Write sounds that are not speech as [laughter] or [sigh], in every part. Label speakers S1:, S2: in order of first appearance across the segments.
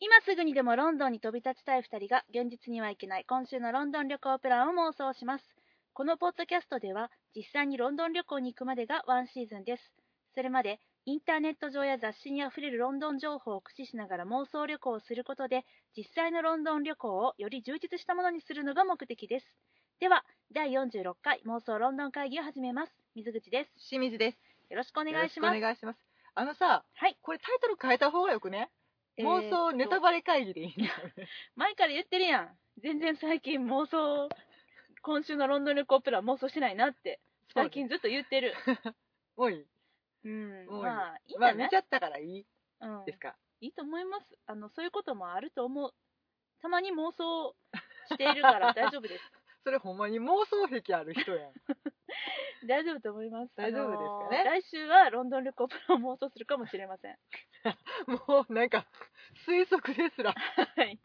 S1: 今すぐにでもロンドンに飛び立ちたい2人が現実には行けない今週のロンドン旅行プランを妄想しますこのポッドキャストでは実際にロンドン旅行に行くまでがワンシーズンですそれまでインターネット上や雑誌にあふれるロンドン情報を駆使しながら妄想旅行をすることで実際のロンドン旅行をより充実したものにするのが目的ですでは第46回妄想ロンドン会議を始めます水口です
S2: 清水です。
S1: よろしくお願いし
S2: よ
S1: ま
S2: ろ
S1: す
S2: くお願いします。あのさ、
S1: はい
S2: これタイトル変えた方がよくね。妄想ネタ
S1: バ
S2: バレ会議でいいんだよね。
S1: 前から言ってるやん全然最近妄想今週のロンドン旅行プラン妄想してないなって最近ずっと言ってる
S2: そうね。
S1: うん
S2: もういい
S1: まあいい
S2: おい、
S1: ん
S2: まあ
S1: だね
S2: 見ちゃったからいい
S1: うん
S2: ですか。
S1: いいと思いますあのそういうこともあると思うたまに妄想しているから
S2: [laughs]
S1: 大丈夫です
S2: それほんまに妄想癖ある人やん。
S1: 大丈夫と思います
S2: 大丈夫ですかね
S1: あのー来週はロンドン旅行プランを妄想するかもしれません
S2: もうなんか推測ですら。
S1: はい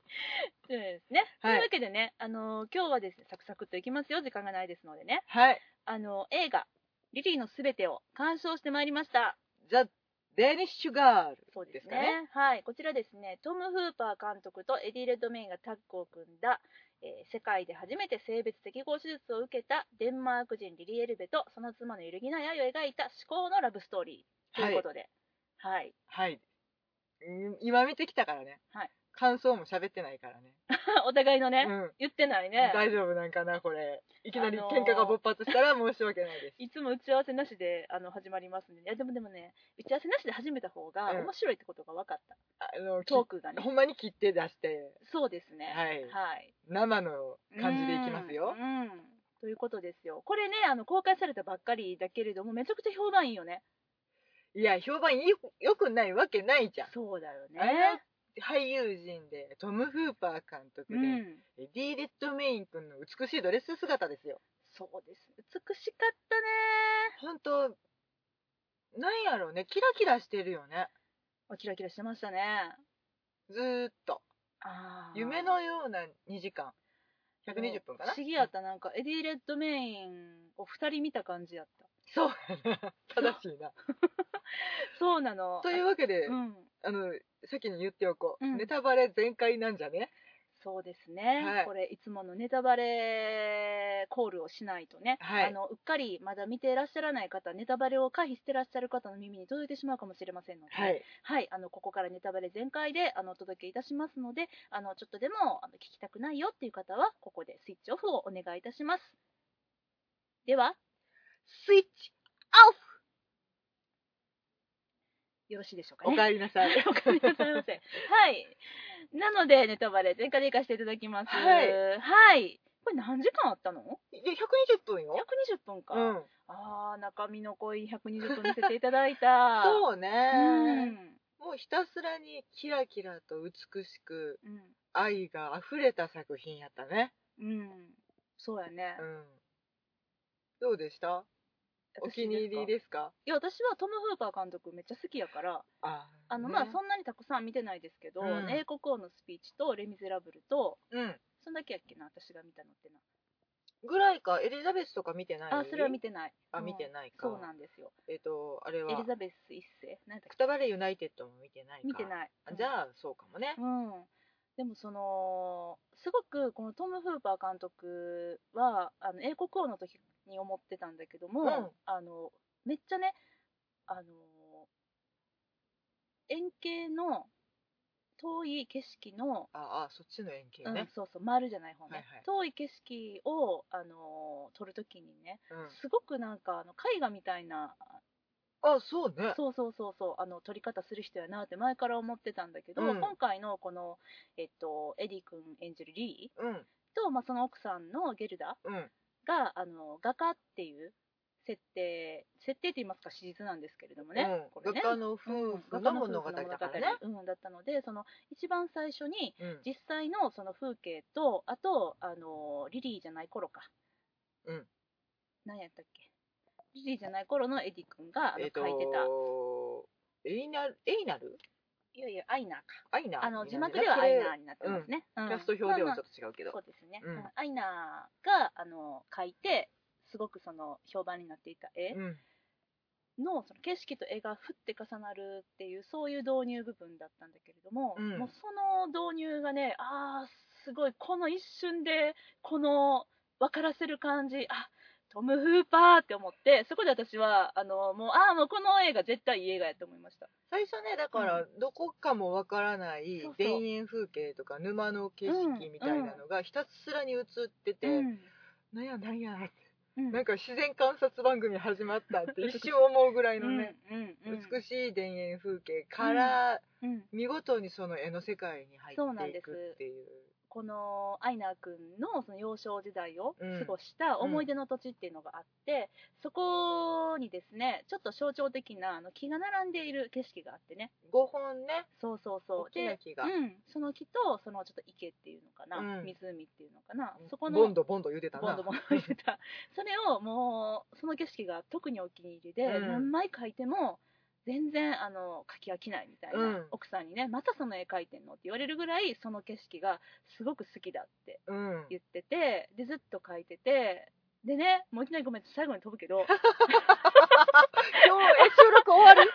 S1: そうですね、と
S2: はい
S1: いうわけでねあのー今日はですねサクサクっといきますよ時間がないですのでね
S2: はい。
S1: あのー映画「リリーのすべて」を鑑賞してまいりました
S2: じゃあ、デニッシュガール。
S1: そうですね
S2: ですかね
S1: はい、こちらですねトム・フーパー監督とエディ・レッドメインがタッグを組んだ、えー世界で初めて性別適合手術を受けたデンマーク人リリエルベとその妻の揺るぎない愛を描いた至高のラブストーリーと
S2: は
S1: いう
S2: い
S1: こ。とで、はい
S2: はい。うん今見てきたからね。
S1: はい
S2: 感想も喋ってないからね。
S1: お互いの [laughs] ね、
S2: うん。
S1: 言ってないね
S2: 大丈夫なんかな、これ。いきなり
S1: あのー
S2: 喧嘩が勃発したら申し訳ないで
S1: [laughs]
S2: す。
S1: いつも打ち合わせなしであの始まりますんで、ね、いやでもでもね打ち合わせなしで始めた方が
S2: うん
S1: 面白いってことが分かった、
S2: あの、
S1: トークがね
S2: ほんまに切って出して、
S1: そうですね
S2: はい
S1: はい
S2: 生の感じでいきますよ
S1: う。んうんということですよ。これね、あの公開されたばっかりだけれども、めちゃくちゃ評判いいよね。
S2: いや、評判いい良くないわけないじゃん。
S1: そうだよ
S2: あれは
S1: ね。
S2: 俳優陣で、トム・フーパー監督
S1: う
S2: で、
S1: ん。
S2: エディ・レッドメイン君の美しいドレス姿ですよ。
S1: そうです。美しかったね。
S2: 本当なんやろうね、キラキラしてるよね。
S1: おキラキラしてましたね。
S2: ずーっと。
S1: あー
S2: 夢のような2時間。120分かな
S1: 不思議やった。なんか、エディ・レッドメインを二人見た感じやった。
S2: そうや
S1: [laughs]
S2: な。正しいな。
S1: そうなの。
S2: というわけで、
S1: うん。
S2: あの、先に言っておこう。
S1: うん
S2: ネタバレ全開なんじゃね
S1: そうですね、
S2: はい
S1: これいつものネタバレコールをしないとね、
S2: はい
S1: あのうっかりまだ見ていらっしゃらない方ネタバレを回避してらっしゃる方の耳に届いてしまうかもしれませんので、
S2: はい。
S1: はいあのここからネタバレ全開であのお届けいたしますのであのちょっとでもあの聞きたくないよっていう方はここでスイッチオフをお願いいたしますでは
S2: スイッチ
S1: よろしいでしょうか
S2: お
S1: ね
S2: かえりなさい。
S1: [laughs] おかえりなさいませ。はい。なので、ネタバレ全開でいかせていただきます。
S2: はい
S1: はい。これ何時間あったの
S2: いや、120分よ。
S1: ?120 分か。
S2: うん。
S1: ああ、中身の濃い120分見せていただいた。
S2: そうね、
S1: うん。
S2: もうひたすらにキラキラと美しく
S1: うん。
S2: 愛が溢れた作品やったね。
S1: うん。そうやね
S2: う。ん。どうでしたお気に入り
S1: すか。
S2: ですか
S1: いや、私はトム・フーパー監督めっちゃ好きやから、
S2: あ
S1: あの、まあ、
S2: ね
S1: そんなにたくさん見てないですけど、
S2: うん
S1: 英国王のスピーチとレ・ミゼラブルと、
S2: うん。
S1: そんだけやっけな、私が見たのってな。
S2: ぐらいか、エリザベスとか見てない
S1: あ、それは見てない。
S2: あ
S1: うん
S2: 見てないか。
S1: そうなんですよ。
S2: えっ、と、あれ
S1: エリ
S2: は、
S1: ザベス一世。なんだっけ
S2: くたばれユナイテッドも見てないか。
S1: 見てない。
S2: あじゃあ、そうかもね。
S1: うん、でもそのすごくこのトム・フーパー監督はあの英国王の時に思ってたんだけども、
S2: うん
S1: あのめっちゃねあの円形の遠い景色の、
S2: ああ、そっちの円形
S1: うん
S2: ね。
S1: そうそう丸じゃない方ね、
S2: はいはい
S1: 遠い景色をあの撮る時にね
S2: うん。
S1: すごくなんかあの絵画みたいな
S2: あ、そうね。
S1: そうそうそうそうあの撮り方する人やなって前から思ってたんだけど、
S2: うん
S1: 今回のこの、えっと、エディ君演じるリー
S2: うん。
S1: と、まあ、その奥さんのゲルダ
S2: うん。
S1: があの画家っていう設定設定といいますか史実なんですけれどもね、
S2: うん
S1: これね
S2: 画家の夫婦の物語だからね。
S1: うん、だったのでその一番最初に
S2: うん。
S1: 実際のその風景とあとあのリリーじゃない頃か、
S2: うん、
S1: 何やったっけリリーじゃない頃のエディ君があの
S2: え
S1: 描
S2: っ
S1: いて
S2: と
S1: た、
S2: エイナル、エイナル
S1: いやいやアイナーか
S2: アイナ
S1: あの字幕ではアイナーになってますね。
S2: ー
S1: キ
S2: キャスト表ではちょ
S1: っ
S2: っと違うけど。
S1: そうですね。
S2: うん
S1: うんアイナーがあの書いてすごくその評判になっていた絵
S2: うん。
S1: のその景色と絵がふって重なるっていうそういう導入部分だったんだけれども、
S2: うん
S1: もうその導入がねあーすごいこの一瞬でこの分からせる感じあトム・フーパーって思ってそこで私はあのもうあーもうこの映画絶対いい映画やと思いました
S2: 最初ねだからどこかもわからない
S1: そうそう
S2: 田園風景とか沼の景色みたいなのがひたすらに映ってて、
S1: うん
S2: なんやなんやって
S1: うん
S2: なんか自然観察番組始まった
S1: [laughs]
S2: って一瞬思うぐらいのね、
S1: うんうんうん
S2: 美しい田園風景から
S1: うん
S2: 見事にその絵の世界に入
S1: そうなん
S2: って
S1: で
S2: い
S1: す
S2: くっていう
S1: このアイナー君のその幼少時代を
S2: うん
S1: 過ごした思い出の土地っていうのがあって、そこにですねちょっと象徴的なあの木が並んでいる景色があってね
S2: 5本ね
S1: そうそう
S2: 大
S1: そう
S2: きな
S1: で、
S2: 木
S1: う
S2: が、
S1: ん、その木とそのちょっと池っていうのかな、
S2: うん
S1: 湖っていうのかなそこの
S2: ボンドボンド言うてた
S1: ボン
S2: な
S1: ドボンド入れた [laughs] それをもうその景色が特にお気に入りで、
S2: うん
S1: 何枚描いても全然あの描き飽きないみたいな、
S2: うん
S1: 奥さんにねまたその絵描いてんのって言われるぐらいその景色がすごく好きだって
S2: うん
S1: 言っててでずっと書いててでねもういきなりごめん最後に飛ぶけ
S2: [laughs]
S1: ど
S2: 今日え収録終わる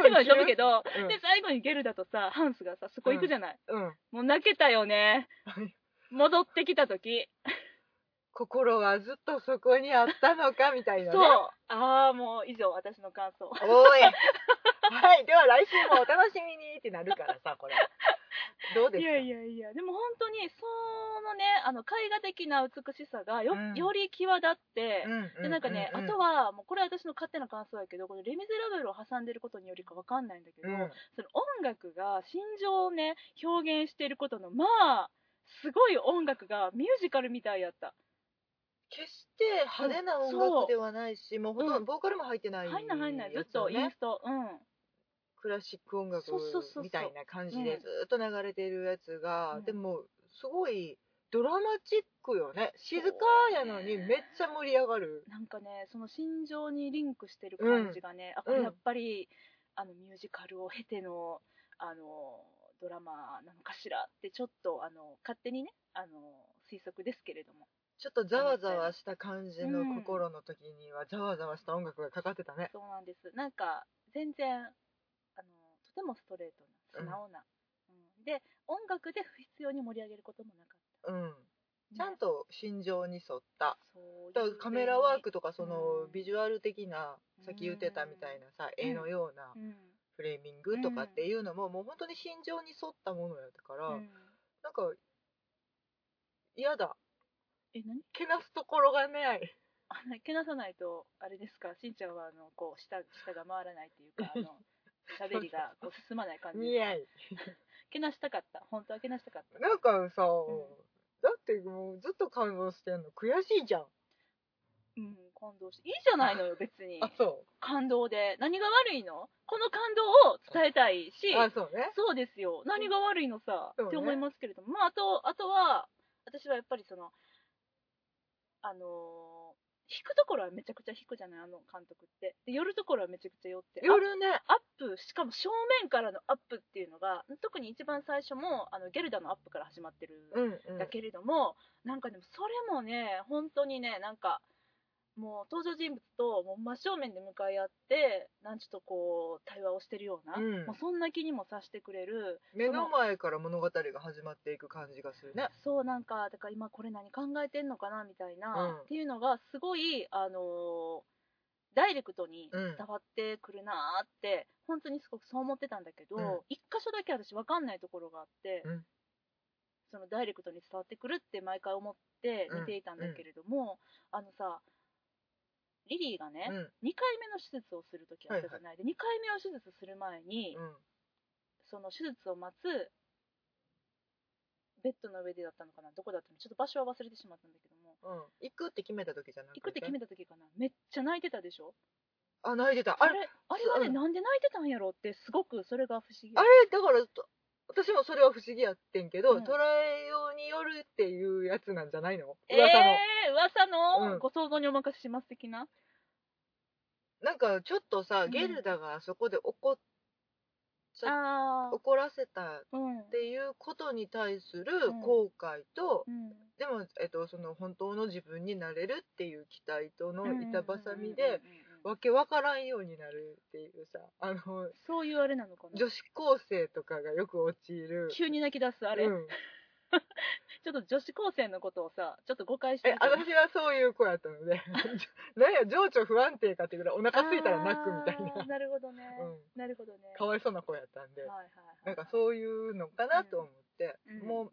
S2: ?10
S1: 最後
S2: 分
S1: に飛ぶけど
S2: 切る
S1: で最後にゲルダとさハンスがさそこ行くじゃない、
S2: うん、うん、
S1: もう泣けたよね戻ってきた時
S2: 心はずっとそこにあったのかみたいな、ね、
S1: そうああもう以上私の感想
S2: おいはいでは来週もお楽しみにってなるからさこれどうです
S1: い
S2: か
S1: やいやいやでも本当にそのねあの絵画的な美しさがよ,、
S2: うん
S1: より際立って、
S2: う
S1: でなんかね、
S2: う
S1: あとはもうこれは私の勝手な感想やけどこの「レ・ミゼラブル」を挟んでることによりかわかんないんだけど、
S2: うん
S1: その音楽が心情をね表現していることのまあすごい音楽がミュージカルみたいやった
S2: 決して派手な音楽ではないし、もうほとん
S1: うん
S2: どボーカルも入ってないやつよ
S1: 入
S2: ね、
S1: んない入んないずっとインストう
S2: クラシック音楽
S1: そうそうそうそう
S2: みたいな感じ
S1: う
S2: で
S1: ん
S2: ずっと流れてるやつが、
S1: うん
S2: でもすごいドラマチックよね静かやのにめっちゃ盛り上がる
S1: んなんかねその心情にリンクしてる感じがね、あこれやっぱり、あのミュージカルを経てのあのドラマなのかしらってちょっとあの勝手にねあの推測ですけれども
S2: ちょっとざわざわした感じ
S1: う
S2: の
S1: ん
S2: 心の時にはざわざわした音楽がかかってたね
S1: そうなんです。なんか全然あのとてもストレートな
S2: うん
S1: 素直な、うんで音楽で不必要に盛り上げることもなかっ
S2: うん
S1: た。
S2: ちゃん
S1: と
S2: と心情に沿った
S1: そう
S2: だからカメラワー
S1: ク、
S2: クとかその
S1: うん
S2: ビジュアル的なさっき言ってたみたいなさ絵のような
S1: うん
S2: フレーミングとかっていうのももう本当に心情に沿ったものやったから
S1: うん
S2: なんか嫌だ
S1: え何 [laughs]
S2: けなすところがない
S1: あのけなさないとあれですかしんちゃんはあのこう舌舌が回らないっていうか
S2: [laughs]
S1: あの喋りがこう進まない感じ
S2: 似合い
S1: けなしたかった本当はけなしたかった
S2: なんかさ、
S1: ん
S2: だってもうずっと感動してんの悔しいじゃん
S1: うん感動していいじゃないのよ別に
S2: あそ
S1: 感動で何が悪いのこの感動を伝えたいし
S2: うあそうね
S1: そうですよ何が悪いのさ、
S2: そう
S1: っ
S2: ね
S1: て思いますけれども、まあ、あとあとは私はやっぱりそのあのー引くところはめちゃくちゃ引くじゃないあの監督ってで寄るところはめちゃくちゃ寄って
S2: 夜ね
S1: アップしかも正面からのアップっていうのが特に一番最初もあのゲルダのアップから始まってる
S2: うんうん
S1: だけれども、なんかでもそれもね本当にねなんかもう登場人物ともう真正面で向かい合ってなんちょっとこう対話をしてるような、
S2: うん
S1: もうそんな気にもさせてくれる
S2: 目の前から物語が始まっていく感じがするね
S1: そうなんかだから今これ何考えてんのかなみたいな、
S2: うん
S1: っていうのがすごいあのーダイレクトに
S2: うん
S1: 伝わってくるなーって、本当にすごくそう思ってたんだけど、
S2: うん
S1: 一箇所だけ私分かんないところがあって、
S2: うん
S1: そのダイレクトに伝わってくるって毎回思って見ていたんだけれども、あのさリリーがね、
S2: うんうん
S1: 2回目の手術をするときあったじゃない、で2回目を手術する前に、その手術を待つベッドの上でだったのかなどこだったのちょっと場所は忘れてしまったんだけども
S2: うん行くって決めた時じゃなくて
S1: 行くって決めた時かなめっちゃ泣いてたでしょ
S2: あ泣いてた
S1: あ
S2: あ
S1: れ
S2: れ
S1: あれはね
S2: うん
S1: なんで泣いてたんやろってすごくそれが不思議
S2: あれだからと私もそれは不思議やってんけど、
S1: うん
S2: 捉えようによるっていうやつなんじゃないの
S1: え
S2: 噂の、
S1: ー、噂の、
S2: うん
S1: ご想像にお任せします的な
S2: なんかちょっとさ、
S1: うん
S2: ゲルダがあそこで怒っちゃ
S1: あー
S2: 怒らせたっ
S1: うん
S2: ていうことに対する
S1: うん
S2: 後悔と、
S1: うん
S2: でも、えっと、その本当の自分になれるっていう期待との板挟み
S1: うんうんうんうんうん
S2: でわけわからんようになるっていうさあの
S1: そういうあれなのかな
S2: 女子高生とかがよく陥る
S1: 急に泣き出すあれ、
S2: うん、
S1: ちょっと女子高生のことをさちょっと誤解して
S2: え
S1: るけど
S2: 私はそういう子やったので [laughs] なんや情緒不安定かっていうぐらいお腹すいたら泣くみたい
S1: あー
S2: な、
S1: なるほどね、
S2: うん、
S1: なるほどね
S2: かわいそうな子やったんで
S1: はいはいはい
S2: なんかそういうのかなと思って、
S1: うん
S2: もう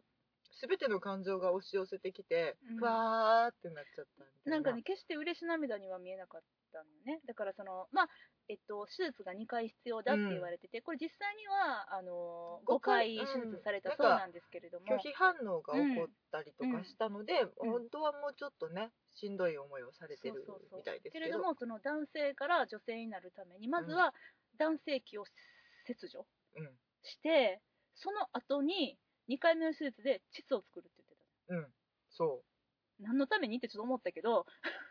S2: 全ての感情が押し寄せてきて、
S1: うん
S2: ふわーってなっちゃったみたい
S1: なんかね、決して嬉し涙には見えなかったのね。だからその、まあ、えっと、手術が2回必要だって言われてて、これ実際には、あの、5
S2: 五
S1: 回
S2: 回
S1: 手術された
S2: うん
S1: そうなんですけれども、
S2: 拒否反応が起こったりとかしたので、
S1: うん
S2: 本当はもうちょっとねしんどい思いをされてる
S1: そうそうそう
S2: みたいです
S1: け
S2: け
S1: れ
S2: ど
S1: ども、その男性から女性になるために、まずは男性器を切除
S2: うん
S1: して、その後に2回目の手術で膣を作るって言ってた。
S2: うんそ
S1: 何のためにってちょっと思ったけど、
S2: う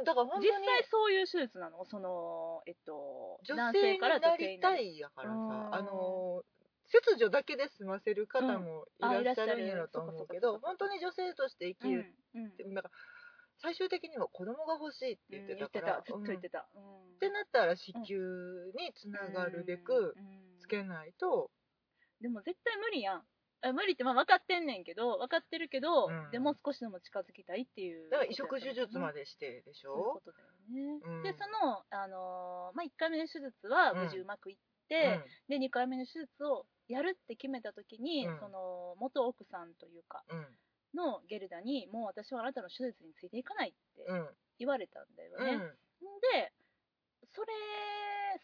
S2: あだから本当に
S1: 実際そういう手術なのその、えっと、
S2: 女性になりた
S1: る
S2: いやからさ
S1: うん
S2: あの切除だけで済ませる方もい
S1: うんあ
S2: らっしゃるんやろと
S1: いらっしゃる
S2: 思うけ
S1: そっ
S2: ど
S1: かそっ
S2: 本当に女性として生きる
S1: うんうん
S2: って、なんか最終的には子供が欲しいって言って
S1: うん言
S2: た
S1: って
S2: から
S1: た、ずっと言って
S2: た、
S1: た。うん
S2: うんってなったら子宮につながるべく
S1: うんうん
S2: つけないと、
S1: でも絶対無理やんあ無理ってまあ分かってんねんけど分かってるけど、
S2: うん
S1: でも少しでも近づきたいっていう
S2: だから移植手術ま
S1: で
S2: でしてでし
S1: そういう
S2: ょ
S1: こ、とだよね、
S2: うん
S1: でその、あのーまあ、1回目の手術は無事うまくいって、で2回目の手術をやるって決めた時に、
S2: うん
S1: その元奥さんというか
S2: うんうん
S1: のゲルダにもう私はあなたの手術についていかないって
S2: うん
S1: 言われたんだよね、
S2: うん
S1: でそれ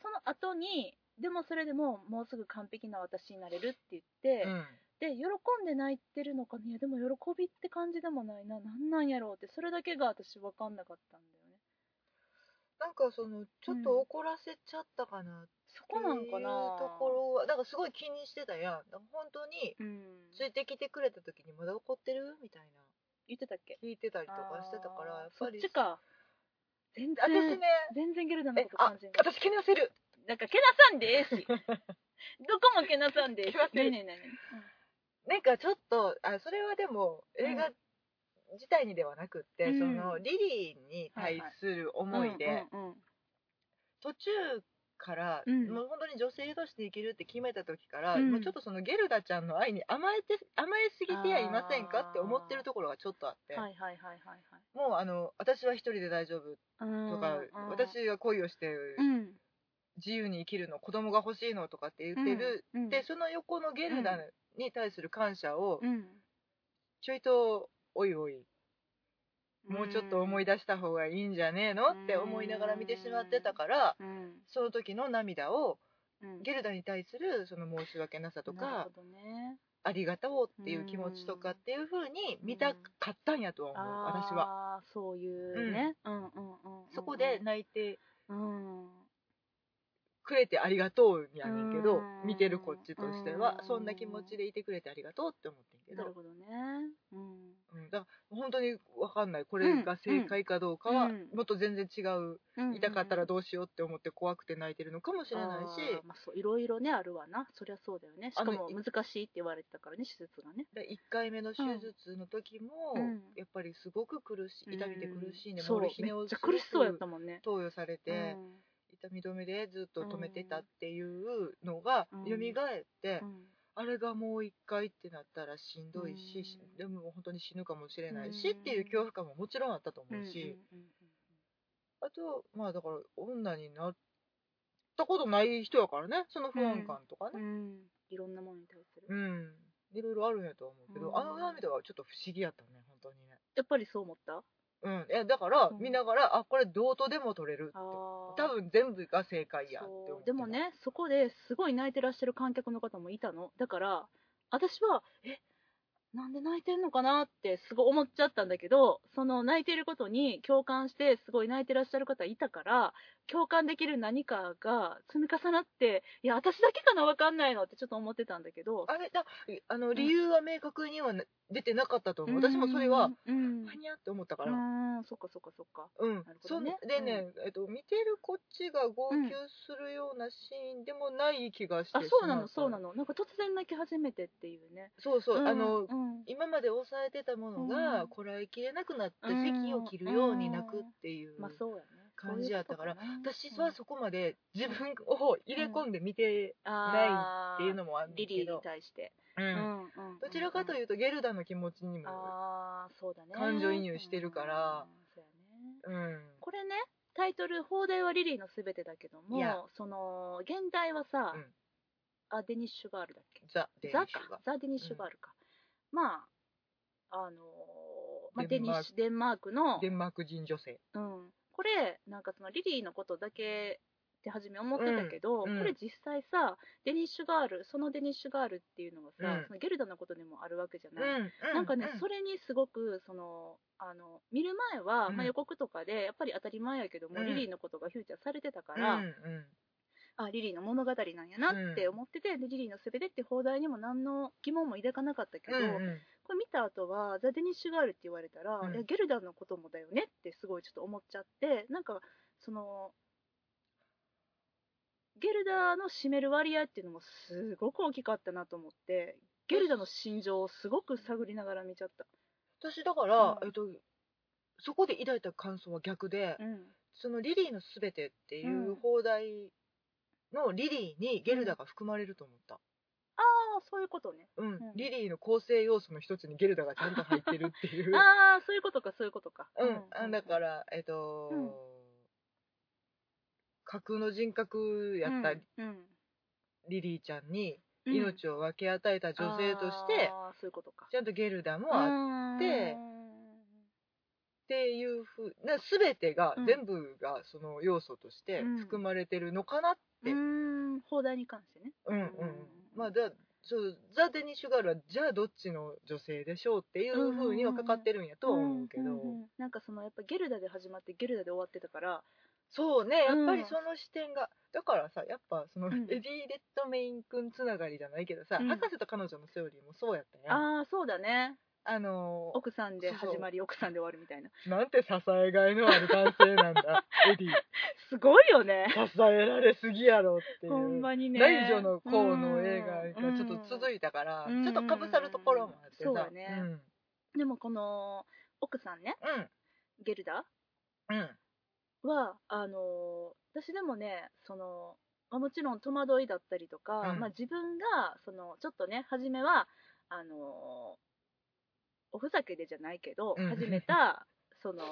S1: その後にでもそれでもうもうすぐ完璧な私になれるって言って、
S2: うん
S1: で喜んで泣いてるのかねいやでも喜びって感じでもないななんなんやろうってそれだけが私分かんなかったんだよね
S2: なんかそのちょっと怒らせちゃったかなって
S1: そこなんか
S2: いう
S1: な
S2: ところはだからすごい気にしてたやんだから本当に
S1: うん
S2: ついてきてくれた時にまだ怒ってるみたいな
S1: 言ってたっけ
S2: 聞いてたりとかしてたからやっぱり
S1: そっちか全
S2: 私
S1: 然
S2: ね
S1: 全然ゲルダの
S2: え
S1: こと
S2: あ
S1: 感じない
S2: 私けなせる
S1: なんかけなさんで [laughs] ええしどこもけなさんでええし
S2: けな
S1: ね
S2: せる
S1: えねえねえね
S2: なんかちょっとあそれはでも
S1: ん
S2: 映画自体にではなくって、
S1: うん
S2: そのリリーに対する
S1: え
S2: 思いで、
S1: うんうんうん
S2: 途中から、
S1: うん
S2: もう本当に女性として生きるって決めた時から、
S1: うん
S2: もうちょっとそのゲルダちゃんの愛に甘えて [laughs] 甘えすぎてはいませんかって思ってるところがちょっとあって、
S1: はいはいはいはいはい
S2: もうあの私は一人で大丈夫と
S1: う
S2: か、
S1: んうん
S2: 私が恋をして
S1: うん
S2: 自由に生きるの子供が欲しいのとかって言ってる、
S1: うんうん
S2: でその横のゲルダに対する感謝を
S1: うん
S2: ちょいとおいおいもうちょっと思い出した方がいいんじゃねえのって思いながら見てしまってたから
S1: うん
S2: その時の涙を
S1: うん
S2: ゲルダに対するその申し訳なさと
S1: なる
S2: か
S1: ほどね
S2: ありがとうっていう気持ちとかっていう風に見たかったんやとは思う私は
S1: ああそういうね、うん、うんうんうんうん
S2: そこで泣いて
S1: うん
S2: くれてありがとうやねんけ
S1: う
S2: ど
S1: ん
S2: 見てるこっちとしては
S1: うん
S2: そんな気持ちでいてくれてありがとうって思ってんけ
S1: な
S2: ど
S1: るほどねうん
S2: うんだから本当に分かんないこれが正解かどうかは
S1: うん
S2: もっと全然違う
S1: うんうん
S2: 痛かったらどうしようって思って怖くて泣いてるのかもしれないし
S1: あーまあそういろいろねあるわなそりゃそうだよねしかも
S2: あのい
S1: 難しいって言われてたからね手術がね
S2: で1回目の手術の時も、
S1: うん
S2: やっぱりすごく苦しい痛みで苦しいんで、
S1: うん
S2: もう
S1: そう
S2: 俺ひね
S1: め
S2: を
S1: っちゃ
S2: す
S1: 苦
S2: ご
S1: しそうやっ
S2: く
S1: たもんね
S2: 投与されて、
S1: うん
S2: 痛み止めでずっと止めてたっていうのが
S1: うん
S2: 蘇って、
S1: うん
S2: あれがもう1回ってなったらしんどいし、
S1: うん
S2: でも本当に死ぬかもしれないし、
S1: うん
S2: っていう恐怖感ももちろんあったと
S1: うん
S2: 思うし、
S1: うんうん
S2: あとまあだから女になったことない人やからねその不安感とか
S1: う
S2: ね、
S1: んうんいろんなものに対する、
S2: うんいろいろあるんやとは思うけど、
S1: うん
S2: あの涙はちょっと不思議やったね本当にね。
S1: やっぱりそう思った
S2: うん、いやだから
S1: うん
S2: 見ながら、あこれどうとでも取れるって
S1: あー
S2: 多分全部が正解やっ
S1: そ
S2: て思
S1: う
S2: う
S1: でもねそこですごい泣いてらっしゃる観客の方もいたのだから私はえなんで泣いてんのかなってすごい思っちゃったんだけどその泣いてることに共感してすごい泣いてらっしゃる方いたから共感できる何かが積み重なっていや私だけかな分かんないのってちょっと思ってたんだけど
S2: あれだあの理由は明確にはな出てなかったと思う、
S1: うん
S2: 私もそれは
S1: うん
S2: 何やって思ったから
S1: うんそっかそっかそっか
S2: うん、
S1: るほ
S2: そ
S1: ど
S2: ん
S1: ね
S2: でね、えっと、見てるこっちが号泣するようなシーンでもない気がして
S1: あそうなの
S2: しま
S1: そううなのなんか突然泣き始めてっていうね
S2: そうそう、
S1: ん
S2: あの
S1: うん
S2: 今まで抑えてたもの
S1: う
S2: が
S1: ん
S2: こらえきれなくなって
S1: うん
S2: 咳を切るように泣くっていう
S1: まあそうやねそういう
S2: 感じやったから
S1: ことね
S2: 私はそこまで自分を入れ込んで見て
S1: あー
S2: っていうのもあるん
S1: リ
S2: ですけ
S1: リーに
S2: ど、
S1: 対して、
S2: うん
S1: うんうんうん
S2: どちらかというとゲルダの気持ちにも、
S1: あーそうだね
S2: 感情移入してるから
S1: うんそうやね
S2: うん、
S1: これねタイトル「放題はリリーのすべて」だけど
S2: いや
S1: もその現代はさ、
S2: うん
S1: あデニッシュガールだっけ
S2: ザ・デニッ
S1: ザ
S2: シュが
S1: か。ザ・デニッシュガールか、まああのーまあ、デ
S2: デン
S1: ニ
S2: マー
S1: ッ
S2: ク
S1: シュデンマークの
S2: デンマーク人女性。
S1: うん、これなんかそのリリーのことだけって初め思ってたけど、
S2: うんうん
S1: これ実際さデニッシュガールそのデニッシュガールっていうのがさ、
S2: うん
S1: そのゲルダのことでもあるわけじゃ
S2: う
S1: ない、なんかね、それにすごくそのあの見る前は、
S2: うん
S1: まあ、予告とかでやっぱり当たり前やけども、
S2: うん
S1: リリーのことがフューチャーされてたか
S2: うん
S1: ら、
S2: うん
S1: あリリーの物語なんやなって思ってて、でリリーのすべてって放題にも何の疑問も抱かなかったけど、
S2: うんうん
S1: これ見た後はザ・デニッシュガールって言われたら、
S2: うん
S1: いやゲルダのこともだよねってすごいちょっと思っちゃってなんかそのゲルダの占める割合っていうのもすごく大きかったなと思ってゲルダの心情をすごく探りながら見ちゃった、
S2: 私だから、
S1: うん
S2: えっと、そこで抱いた感想は逆で、
S1: うん、
S2: そのリリーのすべてってい
S1: うん
S2: う放題のリリーにゲルダが含まれると思った。
S1: ああそういうことね
S2: うん、
S1: ん
S2: リリーの構成要素の一つにゲルダがちゃんと入ってるっていう。
S1: ああそういうことかそういうことか
S2: うん、あだからら、えっと、
S1: うん
S2: 架空の人格やった
S1: うんうん
S2: リリーちゃんに
S1: うん
S2: 命を分け与えた女性として、
S1: あーそういうことか
S2: ちゃんとゲルダもあっ
S1: で
S2: てっていうふうな全てが、
S1: うん
S2: 全部がその要素として
S1: うん
S2: 含まれてるのかなって、
S1: うん放題に関してね
S2: うんうん
S1: うん
S2: まあだそうザ・デニッシュガールはじゃあどっちの女性でしょうっていうふうにはかかってるんやとは思うけど、
S1: んんうんなんかそのやっぱゲルダで始まってゲルダで終わってたから
S2: そうねや
S1: うん
S2: っぱりその視点がだからさやっぱその、
S1: うん
S2: エディ・レッドメイン君つながりじゃないけどさ、
S1: うん
S2: 博士と彼女のセオリーもそうやったやんあ
S1: ああそうだね
S2: の
S1: 奥さんで
S2: そうそう
S1: 始まり奥さんで終わるみたいな
S2: なんて支えがいのある男性な
S1: [laughs]
S2: んだエディ
S1: すごいよね
S2: 支えられすぎやろっていう
S1: ほんまにね
S2: 内助の功の映画がちょっと続
S1: い
S2: いたから、
S1: うん
S2: ちょっとかぶさるところもあってさ、
S1: そうだねでもこの奥さんねゲルダ
S2: うんうん
S1: はあのー私でもねそのまあもちろん戸惑いだったりとか、
S2: うん
S1: まあ、自分がそのちょっとね初めはあのーおふざけでじゃないけど
S2: うん
S1: 始めた、そ
S2: [laughs]
S1: の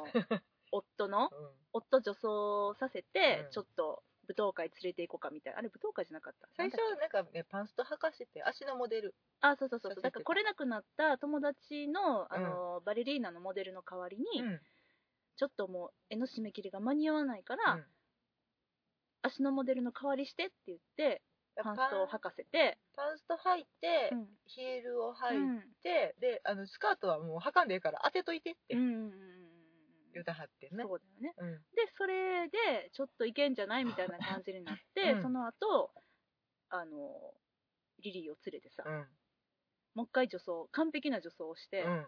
S1: 夫の
S2: うん
S1: 夫女装させて、
S2: うん
S1: ちょっと舞踏会連れて行こうかみたいなあれ舞踏会じゃなかった
S2: 最初
S1: なんだっ
S2: なんかねパンスト履かして足のモデル
S1: けあそうそうそう
S2: させて
S1: だから来れなくなった友達のあの、バレリーナのモデルの代わりに、
S2: うん
S1: ちょっともう絵の締め切りが間に合わないから、
S2: うん
S1: 足のモデルの代わりしてって言ってパンストを履
S2: パ
S1: かせて、
S2: ンスト履いて、
S1: うん
S2: ヒールを
S1: う
S2: 履い
S1: ん
S2: て、であのスカートはもう履かんでええから当てといてって
S1: うんうんうん
S2: 言うたはってん
S1: そ
S2: ね
S1: うだよね
S2: うん
S1: でそれでちょっといけんじゃないみたいな感じになって、
S2: うん
S1: その後あのリリーを連れてさ、
S2: うん
S1: もう一回女装完璧な女装をして、
S2: うん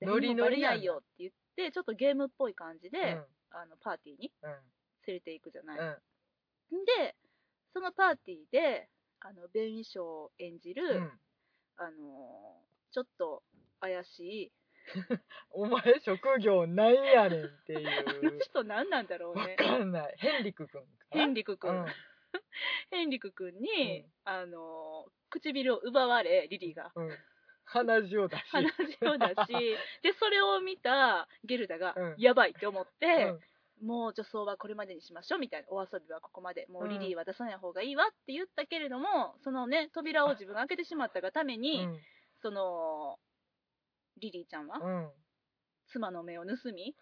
S1: で
S2: ノリノ
S1: 何
S2: リ
S1: もバレな
S2: やん
S1: いよって言ってちょっとゲームっぽい感じで、
S2: うん
S1: あのパーティーに連れていくじゃない、
S2: うん
S1: でそのパーティーであの弁衣装を演じる、
S2: うん
S1: あのーちょっと怪しい
S2: お前職業なんやねんってい
S1: [laughs] あの
S2: う
S1: 人何なんだろう
S2: わ
S1: ね
S2: かんないヘンリク君か
S1: ヘンリク君、
S2: うん
S1: ヘンリク君に、
S2: うん
S1: あのー唇を奪われリリーが
S2: うん、鼻血を出し
S1: 話をだしでそれを見たゲルダが、
S2: うん
S1: やばいって思って、
S2: うん
S1: もう女装はこれまでにしましょうみたいなお遊びはここまでもううんリリーは出さない方がいいわって言ったけれども、そのね扉を自分が開けてしまったがために、
S2: うん
S1: そのリリーちゃんは
S2: うん
S1: 妻の目を盗み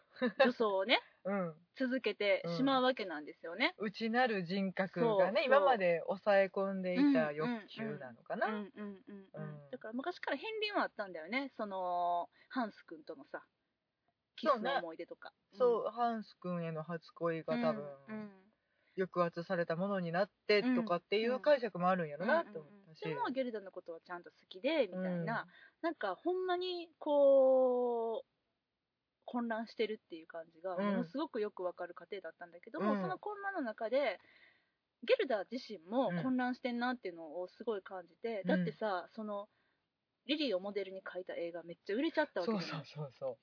S1: 女装
S2: [laughs]
S1: をね
S2: うん、
S1: 続けてしまうわけなんですよね。
S2: 内なる人格が
S1: そ
S2: ね
S1: う
S2: 今まで抑え込んでいた欲求なのか
S1: う
S2: な、
S1: んうんうんうん
S2: うん
S1: だから昔から片鱗はあったんだよねそのハンス君とのさキスの思い出とか。
S2: そう、ハンス君への初恋が
S1: うん
S2: 多
S1: う
S2: 分、
S1: んうん
S2: 抑圧されたものになってとかっていう解釈もあるんやろなと思ったし、
S1: でもゲルダのことはちゃんと好きでみたいな、
S2: うん
S1: なんかほんまにこう混乱してるっていう感じが
S2: うん
S1: ものすごくよくわかる過程だったんだけども、
S2: うん
S1: その混乱の中でゲルダ自身も混乱してんなっていうのをすごい感じて、
S2: うん
S1: だってさそのリリーをモデルに描いた映画めっちゃ売れちゃったわけ
S2: そ
S1: じゃ
S2: う
S1: ない
S2: そうそうそ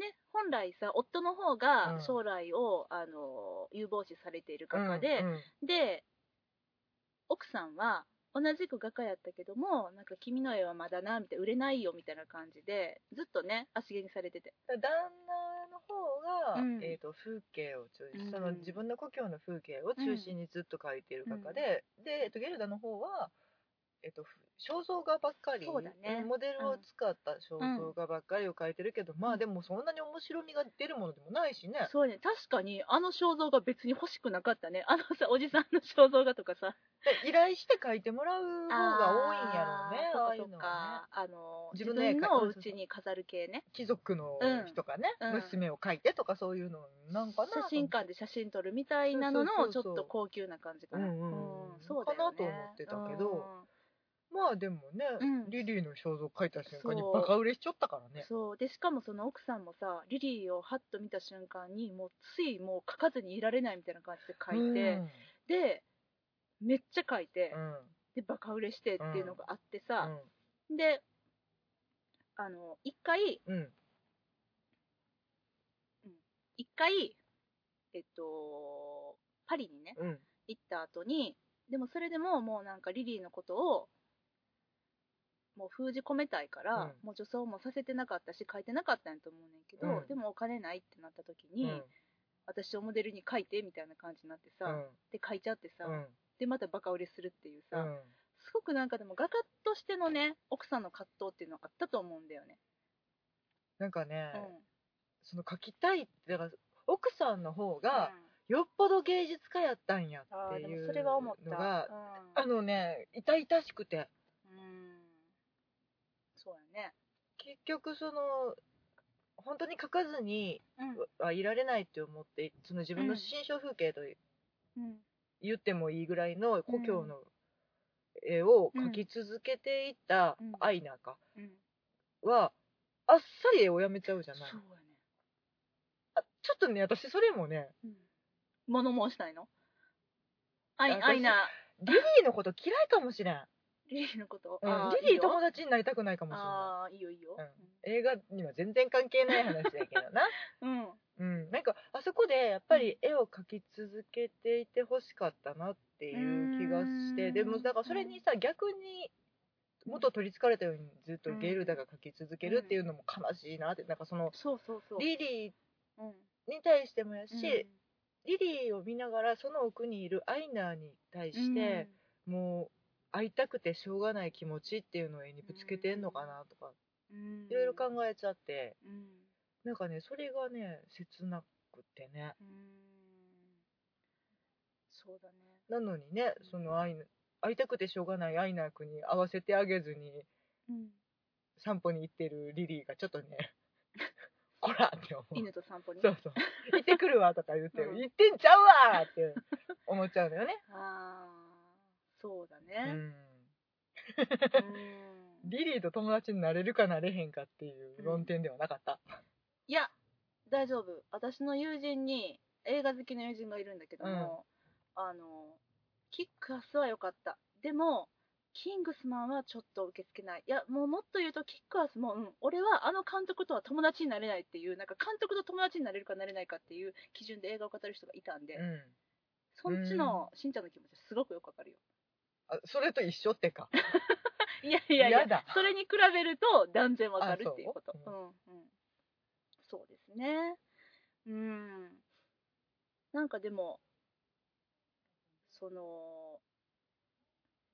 S1: ね、本来さ夫の方
S2: う
S1: が
S2: ん
S1: 将来を、あの有望視されている画家で、
S2: うんうん
S1: で奥さんは同じく画家やったけどもなんか君の絵はまだなみたいな売れないよみたいな感じでずっとね足毛にされてて
S2: 旦那の方が、
S1: うん
S2: えー、と風景を中心、
S1: うん
S2: その自分の故郷の風景を中心にずっと描いている画家で、で、えー、とゲルダの方は、えー、とふ肖像画ばっかり
S1: そうだね
S2: モデルを使った肖像画ばっかりを描いてるけど、まあでもそんなに面白みが出るものでもないしね、
S1: そうね確かにあの肖像画別に欲しくなかったねあのさおじさんの肖像画とかさ
S2: で依頼して描いてもらう方が多いんやろうねあ
S1: あ
S2: あ
S1: ー
S2: い
S1: そうう
S2: の
S1: かそうかあの
S2: はね
S1: 自分
S2: 自分の絵
S1: の
S2: 描
S1: お
S2: く
S1: 家に飾る系ね
S2: 貴族の人がね、
S1: うんうん
S2: 娘を描いてとかそういうのなんかな
S1: 写真館で写真撮るみたいなの
S2: そう
S1: の
S2: そう
S1: ちょ
S2: そう
S1: っ
S2: そ
S1: と
S2: う
S1: 高級な感じかな、
S2: うんうん
S1: うんそうだよね
S2: かなと思ってたけどまあでもね、
S1: うん
S2: リリーの肖像描いた瞬間に
S1: そう
S2: バカ売れしちゃったから
S1: うん
S2: ね
S1: そうでしかもその奥さんもさリリーをハッと見た瞬間にもうついもう書かずにいられないみたいな感じで書いて、でめっちゃ書いて、
S2: うん、うん
S1: でバカ売れしてっていうのがあってさ、
S2: うん
S1: であの一回
S2: うん
S1: 一回えっとパリにね
S2: うん
S1: 行った後にでもそれでももうなんかリリーのことをもう封じ込めたいから、もう女装もさせてなかったし書いてなかったんやと思うねんけど、
S2: うん
S1: でもお金ないってなった時
S2: う
S1: に、
S2: ん
S1: 私をモデルに書いてみたいな感じになってさ、で書いちゃってさ、
S2: うん
S1: でまたバカ売れするっていうさ、
S2: うん
S1: すごくなんかでも画家としてのね奥さんの葛藤っていうのあったと思うんだよね。
S2: なんかね、
S1: うん
S2: その描きたいってだから奥さんの方がよっぽど芸術家やったんや
S1: あ
S2: って
S1: ーで
S2: い
S1: も
S2: う
S1: それは思っ
S2: の
S1: た。
S2: が
S1: うん
S2: あのね痛々しくて
S1: うんそうやね。
S2: 結局その本当に描かずに
S1: うん
S2: はいられないって思ってその自分の
S1: うん
S2: 心象風景と
S1: うん
S2: 言ってもいいぐらいの故郷の絵を描き続けていった
S1: うん
S2: 愛なんか
S1: うん
S2: はあっさり絵をやめちゃうじゃ
S1: そう
S2: ない
S1: やね。
S2: あちょっとね私それもね
S1: うん物申したいの愛
S2: 私
S1: 愛な
S2: リリーのこと嫌いかもしれん、
S1: リリーのこと。
S2: うん
S1: あーい
S2: リリ
S1: い
S2: ー
S1: よ
S2: 友達になりたくないかもしれな
S1: あーいいよいいよ。
S2: い映画には全然関係ない話だけ
S1: [laughs]
S2: どな
S1: うん。
S2: うんなんかあそこでやっぱり絵を描き続けていてほしかったなっていう気がして
S1: うん
S2: でもだからそれにさ逆に元取りつかれたようにずっとゲルダが描き続けるっていうのも悲しいなってなんかその
S1: そうそうそう。
S2: リリ
S1: うん
S2: ーに対してもやし、
S1: うん
S2: リリーを見ながらその奥にいるアイナーに対して、もう会いたくてしょうがない気持ちっていうのを絵にぶつけてんのかなとか
S1: うん
S2: いろいろ考えちゃって
S1: うん
S2: なんかねそれがね切なくてね
S1: うんそうだね
S2: なのにねそのアイナ会いたくてしょうがないアイナー君に会わせてあげずに
S1: うん
S2: 散歩に行ってるリリーがちょっとね [laughs] こらって思う
S1: 犬と散歩に
S2: そうそう行ってくるわとか言って、
S1: うん
S2: 行ってんちゃうわーって思っちゃうのよね、
S1: あーそうだ
S2: う
S1: ねう
S2: ん、
S1: ん
S2: リリーと友達になれるかなれへんかっていう論点ではなかった、
S1: いや大丈夫私の友人に映画好きの友人がいるんだけども、あのキックアスは良かったでもキングスマンはちょっと受け付けないいやもうもっと言うとキックアスも、うん、俺はあの監督とは友達になれないっていうなんか監督と友達になれるかなれないかっていう基準で映画を語る人がいたんで、
S2: うん
S1: そっちのしんちゃんの気持ちはすごくよくわかるよ
S2: あそれと一緒ってか
S1: いやいやいや
S2: やだ
S1: それに比べると断然わかるっていうこと
S2: あ
S1: う、
S2: そうん
S1: うん、そうですねうんなんかでもその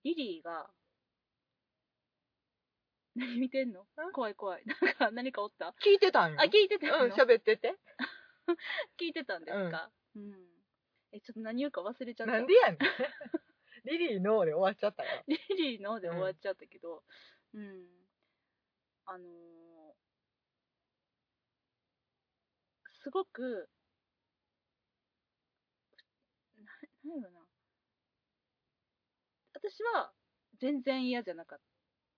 S1: リリーが何見てんの
S2: ん
S1: 怖い怖い [laughs] なんか何かおった
S2: 聞いてたんよ
S1: あ聞いてたの、
S2: うん喋ってて
S1: 聞いてたんですかうん、えちょっと何言うか忘れちゃった
S2: なんで
S1: [laughs]
S2: やねんリリーので終わっちゃったよ
S1: リリーので終わっちゃったけど、うん、あのーすごく、な、なんやろな。私は全然嫌じゃなかっ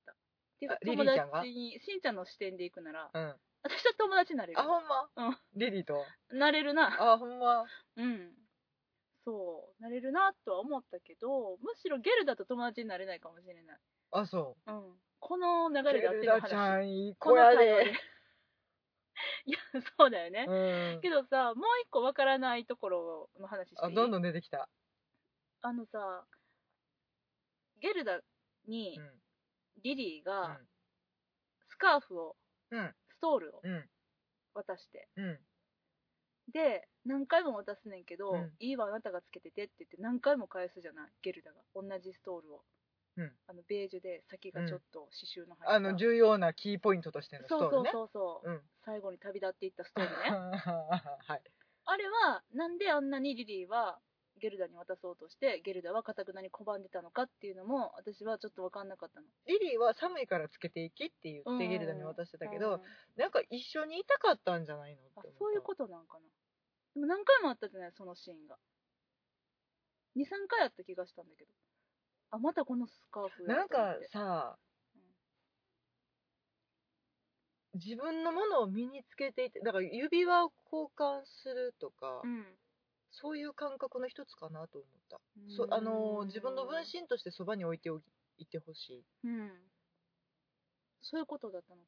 S1: た。っていうか
S2: あ、リリ
S1: 友
S2: ーちゃんが
S1: 達に、しんちゃんの視点でいくなら、
S2: うん
S1: 私は友達になれる
S2: あ。ほんま、
S1: うん
S2: リリーと
S1: なれるな。
S2: あほんま
S1: うん。そう、なれるなとは思ったけど、むしろゲルダと友達になれないかもしれない。
S2: あそう
S1: うんこの流
S2: ゲ
S1: れで合って
S2: ル
S1: る
S2: ダちゃ
S1: 話
S2: んいい
S1: こ
S2: 子
S1: の
S2: や
S1: 会話で
S2: で
S1: [laughs] いやそうだよね、
S2: うん
S1: けどさもう一個わからないところの話して
S2: あ
S1: いい
S2: どんどん出てきた、
S1: あのさゲルダに
S2: うん
S1: リリーがスカーフを、
S2: うん
S1: ストールを
S2: うん
S1: 渡して
S2: うん
S1: で何回も渡すねんけど、
S2: うん
S1: いいわあなたがつけててって言って何回も返すじゃないゲルダが同じストールを、
S2: うん
S1: あのベージュで先がちょっと刺繍の入った、
S2: あの重要なキーポイントとしてのスト
S1: そうそ
S2: ール
S1: う
S2: ね
S1: そうそう、
S2: うん
S1: 最後に旅立っていったストールね
S2: [laughs] はい
S1: あれはなんであんなにリリーはゲルダに渡そうとしてゲルダはかたくなに拒んでたのかっていうのも私はちょっと分かんなかったの
S2: リリーは寒いからつけていきって言ってゲルダに渡してたけど、
S1: うん
S2: なんか一緒にいたかったんじゃないのって
S1: あ
S2: 思った
S1: そういうことなんかなでも何回もあったじゃないそのシーンが23回あった気がしたんだけどあまたこのスカーフや
S2: なん
S1: と思
S2: か
S1: って
S2: さ自分のものを身につけていてだから指輪を交換するとか、
S1: うん
S2: そういう感覚の一つかなと思った、そあのー自分の分身としてそばに置いておきいてほしい
S1: うんそういうことだったの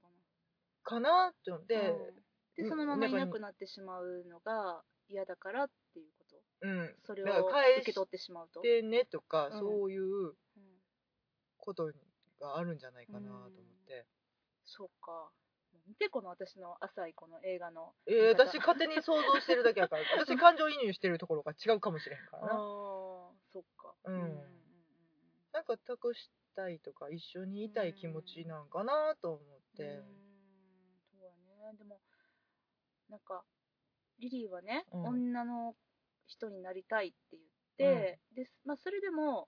S1: か
S2: かなって思っ
S1: な
S2: て、
S1: うん
S2: う
S1: で
S2: ん
S1: そのままい
S2: 中
S1: な
S2: に
S1: くなってしまうのが嫌だからっていうこ
S2: うん
S1: とそれ
S2: だから
S1: を
S2: 返し
S1: 受け取ってしまうと
S2: でねとか、
S1: うん
S2: そういう
S1: うん
S2: ことがあるんじゃないかなと思って、
S1: そうか見てこの私の浅いこの映画の
S2: えー
S1: 見方
S2: 私勝手に想像してるだけやから私感情移入してるところが違うかもしれへんか
S1: あ
S2: らな
S1: ーそっか
S2: うんなんか託したいとか一緒にいたい気持ちなんかなと思って、
S1: うーんそうやねでもなんかリリーはね、
S2: うん
S1: 女の人になりたいって言って、でまあ、それでも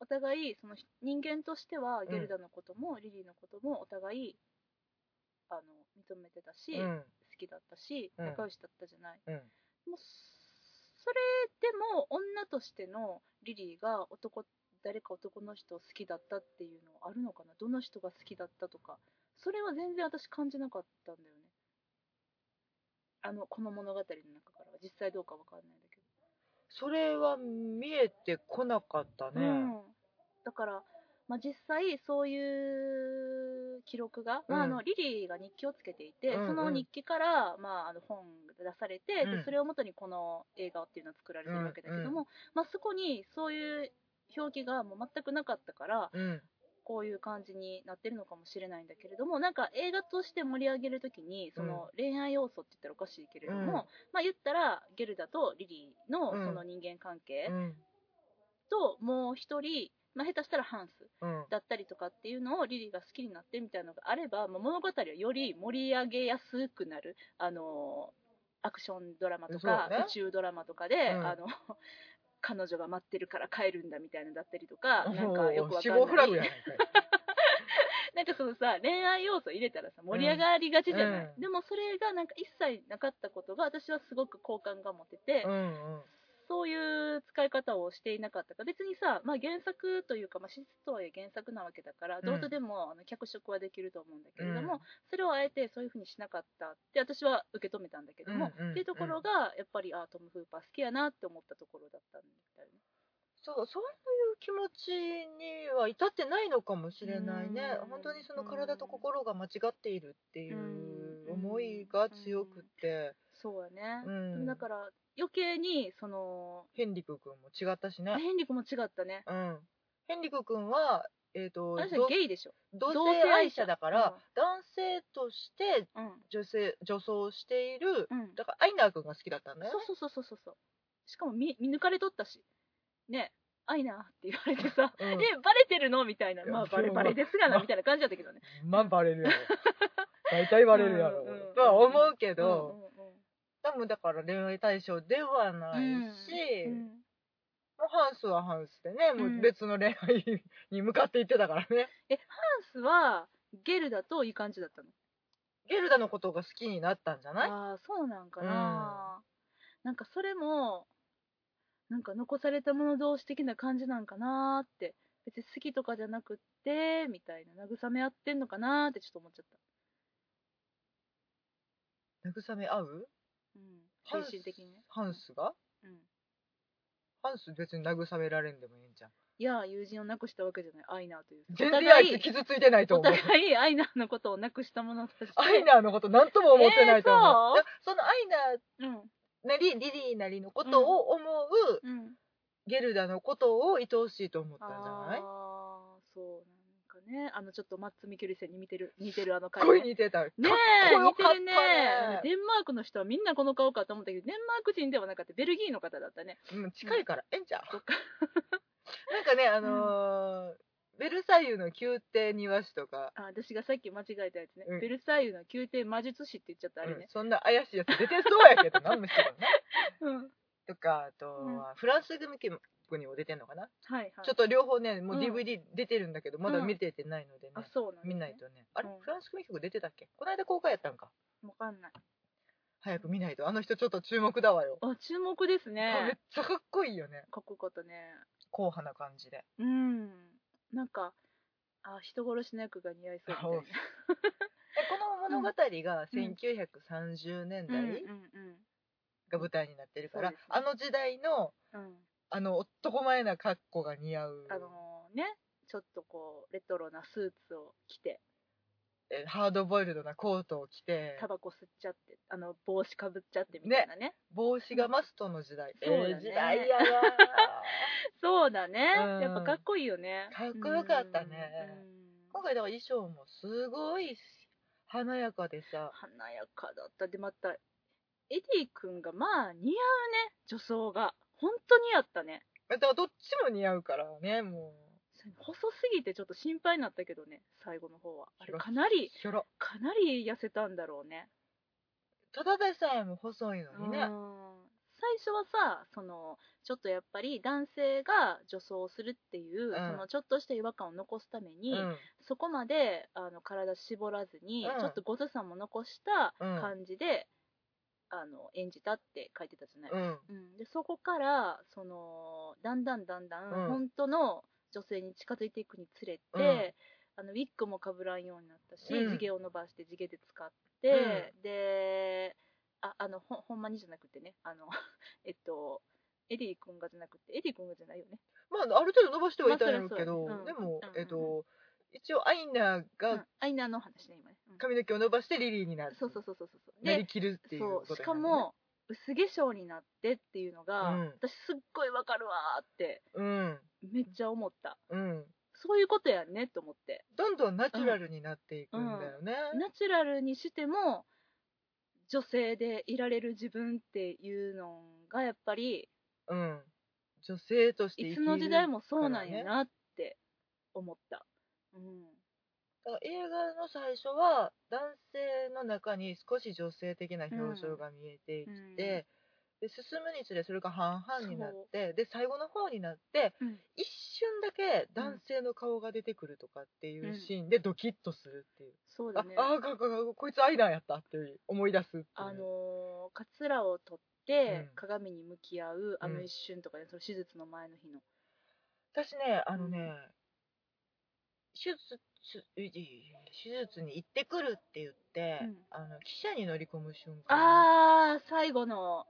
S1: お互いそのひ人間としては
S2: ん
S1: ゲルダのこともリリーのこともお互いあの認めてたし、
S2: う
S1: 好
S2: ん
S1: きだったし
S2: うん
S1: 仲良しだったじゃない、
S2: うん
S1: もうそれでも女としてのリリーが男誰か男の人を好きだったっていうのあるのかなどの人が好きだったとかそれは全然私感じなかったんだよねあのこの物語の中からは実際どうかわかんないんだけ
S2: それは見えてこなかった
S1: ど、
S2: ね、
S1: うん、だから、まあ、実際そういう記録が、まあ、あ
S2: う
S1: の
S2: ん
S1: リリーが日記をつけていて、
S2: うんうん
S1: その日記から、まあ、あの本が出されて、
S2: う
S1: で
S2: ん
S1: それをもとにこの映画っていうのは作られてるわけだけども、
S2: うんう
S1: まあ、そこにそういう表記がもう全くなかったから
S2: うん
S1: こういう感じになってるのかもしれないんだけれどもなんか映画として盛り上げるときにその恋愛要素って言ったらおかしいけれども、
S2: うん
S1: まあ、言ったらゲルダとリリーの
S2: うん
S1: その人間関係
S2: うん
S1: ともう一人、まあ、下手したらハンス
S2: うん
S1: だったりとかっていうのをリリーが好きになってみたいなのがあれば、まあ、物語をより盛り上げやすくなる、あのアクションドラマとか、
S2: そうね
S1: 宇宙ドラマとかで、
S2: うん
S1: あの [laughs] 彼女が待ってるから帰るんだみたいなのだったりとか、なん
S2: お
S1: か
S2: ー
S1: よくわか
S2: 死
S1: ん
S2: 亡フラ
S1: な
S2: グや
S1: い
S2: ない
S1: [laughs]
S2: かい
S1: なんかそのさ恋愛要素入れたらさ盛り上がりがちじゃない、
S2: うん
S1: でもそれがなんか一切なかったことが私はすごく好感が持てて、
S2: うんうん
S1: そういう使い方をしていなかったか別にさ、まあ、原作というか、まあ、史実とはいえ原作なわけだから
S2: ん
S1: どうとでも、あの脚色はできると思うんだけれども、
S2: うん
S1: それをあえてそういうふうにしなかったって私は受け止めたんだけども、
S2: うんうん
S1: っていうところがやっぱりあトム・フーパー好きやなって思ったところだったんだよね。
S2: そうそういう気持ちには至ってないのかもしれないね
S1: うん
S2: 本当にその
S1: うん
S2: 体と心が間違っているってい
S1: うん
S2: う思いが強くて
S1: そうやね、
S2: うん
S1: だから余計にその
S2: ヘンリク君も違ったしね
S1: ヘンリクも違ったね。
S2: うんヘンリク君はえーと
S1: 私
S2: ど
S1: はゲイでしょ。
S2: 同
S1: 同性愛
S2: 性愛
S1: 者
S2: 者だから
S1: うん
S2: 男性として
S1: うん。
S2: 女性女装している
S1: うん。
S2: だからアイナー君が好きだったんだよね
S1: そうそうそうそうそう。しかも見見抜かれとったし。ね。愛なって言われてさ。
S2: う
S1: え
S2: ん、
S1: バレてるのみたいな、
S2: いや
S1: まあ、バレ
S2: そう
S1: バレですがな
S2: まあ
S1: みたいな感じだったけどね。
S2: まあバレる [laughs] やろ大体バレるやろ、
S1: うんうん
S2: とは思うけ
S1: う
S2: ど、
S1: ん
S2: 多分だから恋愛対象ではないし、
S1: うんうん
S2: もうハンスはハンスでね、
S1: うん
S2: もう別の恋愛に向かっていってたからね。
S1: ハンスはゲルだといい感じだったの。
S2: ゲルダのことが好きになったんじゃない
S1: ああ、そうなんかな、なんかそれも、なんか残されたもの同士的な感じなんかなーって、別に好きとかじゃなくって、みたいな、慰め合ってんのかなーってちょっと思っちゃった。
S2: 慰め合う
S1: うん、精神的にね。
S2: ハンスが
S1: うん
S2: ハンス別に慰められんでもいいんじゃん。
S1: いや友人を亡くしたわけじゃないアイナーという
S2: 全
S1: お互
S2: 然あいつ傷ついてないと
S1: お
S2: 思う
S1: 互いアイナーのことを亡くしたものとして
S2: アイナーのこと何とも思ってないと思う、
S1: えーそう
S2: だその
S1: う
S2: アイナ
S1: ん
S2: ーなりリリーなりのことを思う、
S1: うん
S2: ゲルダのことを愛おしいと思ったんじゃない
S1: ああそうなんかねあのちょっとマッツ・ミケルセンに似てる似てるあの
S2: すっ
S1: 回
S2: ごい
S1: ね
S2: 似てたね
S1: ね
S2: かっこ
S1: え
S2: よ
S1: 似て
S2: かった
S1: るね
S2: ね
S1: デンマークの人はみんなこの顔かと思ったけどデンマーク人ではなかったベルギーの方だったね
S2: うん、近いから、ええんちゃう
S1: そっか
S2: [laughs] なんかねあのーベルサイユの宮廷庭師とか、
S1: あ私がさっき間違えたやつね、
S2: うん
S1: ベルサイユの宮廷魔術師って言っちゃったあれ
S2: うん
S1: ね、
S2: そんな怪しいやつ出てそうやけ
S1: [laughs]
S2: ど何もしてない
S1: うん
S2: とかあとは、
S1: うん
S2: フランス組にも出てんのかな、
S1: はいはい
S2: ちょっと両方ねもううん DVD 出てるんだけど、まだ見ててないのでね、
S1: あそうなんですね
S2: 見ないとねあれ、
S1: うん
S2: フランス組曲出てたっけこの間公開やったんか
S1: わかんない
S2: 早く見ないとあの人ちょっと注目だわよ、
S1: あ注目です
S2: めっ
S1: ね
S2: ちゃかっこいいよね
S1: かっこよかったね
S2: 硬派な感じで
S1: うんなんかあ人殺しの役が似合いそうみたいな
S2: あえこの物語が1930年
S1: うんうん
S2: 代が舞台になってるから、
S1: そうですね
S2: あの時代の
S1: うんうん
S2: あの男前な格好が似合う、
S1: あのねちょっとこうレトロなスーツを着て
S2: えハードボイルドなコートを着て
S1: タバコ吸っちゃってあの帽子かぶっちゃってみたいなね
S2: 帽子がマストの時代、
S1: そうだね
S2: ええ時代やわ
S1: そうだね、
S2: うん
S1: やっぱかっこいいよね
S2: かっこよかったね
S1: うん
S2: [laughs] 今回だから衣装もすごい華やかでさ
S1: 華やかだったでまたエディ君がまあ似合うね女装が本当に合ったね
S2: だからどっちも似合うからねも
S1: 細すぎてちょっと心配になったけどね最後の方はあれかな
S2: う
S1: り
S2: ひょろ
S1: かなり痩せたんだろうね
S2: ただでさえも細いのにね、
S1: うん最初はさそのちょっとやっぱり男性が女装をするっていう、
S2: うん
S1: そのちょっとした違和感を残すために、
S2: うん
S1: そこまであの体絞らずに、
S2: うん
S1: ちょっとごつさも残した
S2: うん
S1: 感じで、あの演じたって書いてたじゃない、
S2: うん
S1: うん、でそこからそのだんだんだんだん
S2: うん
S1: 本当の女性に近づいていくにつれて、あのウィッグもかぶらんようになったし、
S2: うん
S1: 地毛を伸ばして地毛で使って、でああのほほんまにじゃなくてねあの [laughs] えっとエディ君がじゃなくてエディ君がじゃないよね
S2: まあ、ある程度伸ばしてはいたんやろうけど、
S1: まあそりゃそうやねうん
S2: でも、
S1: うん
S2: えっと、一応アイナ
S1: う
S2: が
S1: んアイナの話ね今ね、うん
S2: 髪の毛を伸ばしてリリーになる、
S1: そうそうそうそうそう
S2: な
S1: で
S2: りきるっていう
S1: そ
S2: こ
S1: う
S2: と
S1: し
S2: に
S1: か
S2: なるね、
S1: も薄化粧になってっていうのが、
S2: うん
S1: 私すっごいわかるわーってめっちゃ思った、
S2: うんうん
S1: そういうことやんねと思って
S2: どんどんナチュラルになっていくんだよね、
S1: ナチュラルにしても女性でいられる自分っていうのがやっぱり
S2: うん女性として
S1: い
S2: 生き
S1: つ
S2: る
S1: の時代もそうなんやなって思った、うん、
S2: だから映画の最初は男性の中に少し女性的な表情が見えてきて、で進むにつれそれが半々になってで最後の方になって
S1: うん
S2: 一瞬だけ男性の顔が出てくるとかっていうシーンでドキッとするっていう、
S1: そう
S2: あ
S1: だね
S2: あーかかかこいつアイナーやったって思い出すっていう
S1: あのーカツラを取って
S2: うん
S1: 鏡に向き合うあ
S2: う
S1: の
S2: ん
S1: 一瞬とかね、その手術の前の日の
S2: 私ねあのね、
S1: うん
S2: 手術つうい手術に行ってくるって言って、
S1: うん
S2: あの汽車に乗り込む瞬間
S1: ああ最後の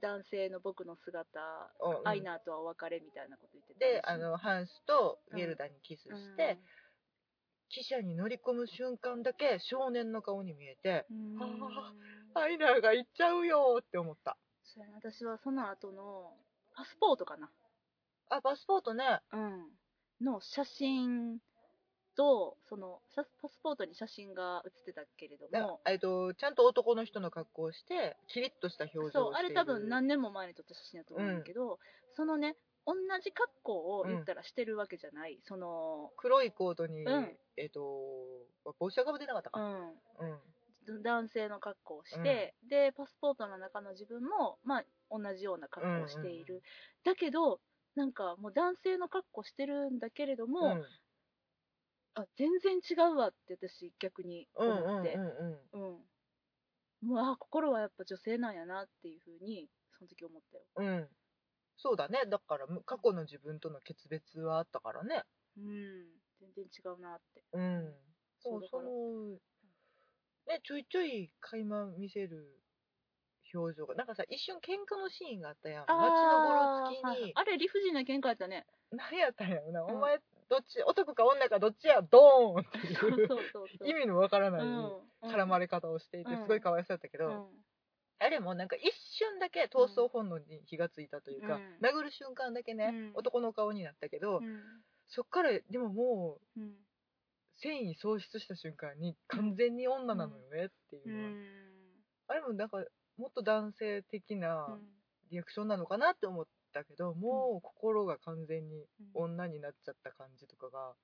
S1: 男性の僕の姿、
S2: をうん
S1: アイナーとはお別れみたいなこと言ってた
S2: で
S1: し
S2: あのハンスとゲルダにキスして、、汽車に乗り込む瞬間だけ少年の顔に見えて
S1: うん
S2: あー
S1: うん
S2: アイナーが行っちゃうよーって思った
S1: そうやな私はその後のパスポートかな、
S2: あパスポートね
S1: うん、の写真とその写パスポートに写真が写ってたけれど
S2: な
S1: も
S2: えっとちゃんと男の人の格好をしてキリッとした表情をしている
S1: そうあれ多分何年も前に撮った写真だと思うんだけど、そのね同じ格好を言ったらしてるわけじゃない、その
S2: 黒いコートに、
S1: うん
S2: えっと帽子はかぶってなかった
S1: う
S2: か、
S1: ん
S2: うん
S1: 男性の格好をして、でパスポートの中の自分も、まあ、同じような格好をしている、
S2: うん
S1: だけどなんかもう男性の格好してるんだけれども、
S2: うん
S1: あ全然違うわって私逆に
S2: うんうん
S1: 思
S2: うん
S1: って、
S2: うん
S1: うんもうあ心はやっぱ女性なんやなっていうふうにその時思ったよ、
S2: うんそうだねだからむ過去の自分との決別はあったからね
S1: うん、全然違うなって
S2: うんそう
S1: だか
S2: そ
S1: ら
S2: のねちょいちょい垣間見せる表情がなんかさ一瞬喧嘩のシーンがあったやん
S1: あー
S2: 街のゴロ
S1: はいは
S2: つき
S1: い
S2: に
S1: あれ理不尽な喧嘩やった
S2: [laughs]
S1: ね
S2: 何やったんやろな、
S1: うん
S2: お前どっち男か女かどっちやドーンって
S1: そうそう
S2: いう
S1: そう
S2: [laughs]
S1: そう
S2: 意味のわからない
S1: うん
S2: 絡まれ方をしていて、
S1: うん
S2: すごいかわいそうやったけど、
S1: うん
S2: あれもなんか一瞬だけ闘争本能に火がついたというか、
S1: うん
S2: 殴る瞬間だけね、
S1: うん
S2: 男の顔になったけど、
S1: うん
S2: そっからでももう
S1: うん
S2: 繊維喪失した瞬間に完全に女なのよねってい
S1: う
S2: うのは、
S1: ん
S2: あれもなんかもっと男性的
S1: う
S2: なんリアクションなのかなって思ったけどもう心が完全に
S1: うん
S2: 女になっちゃった感じとかが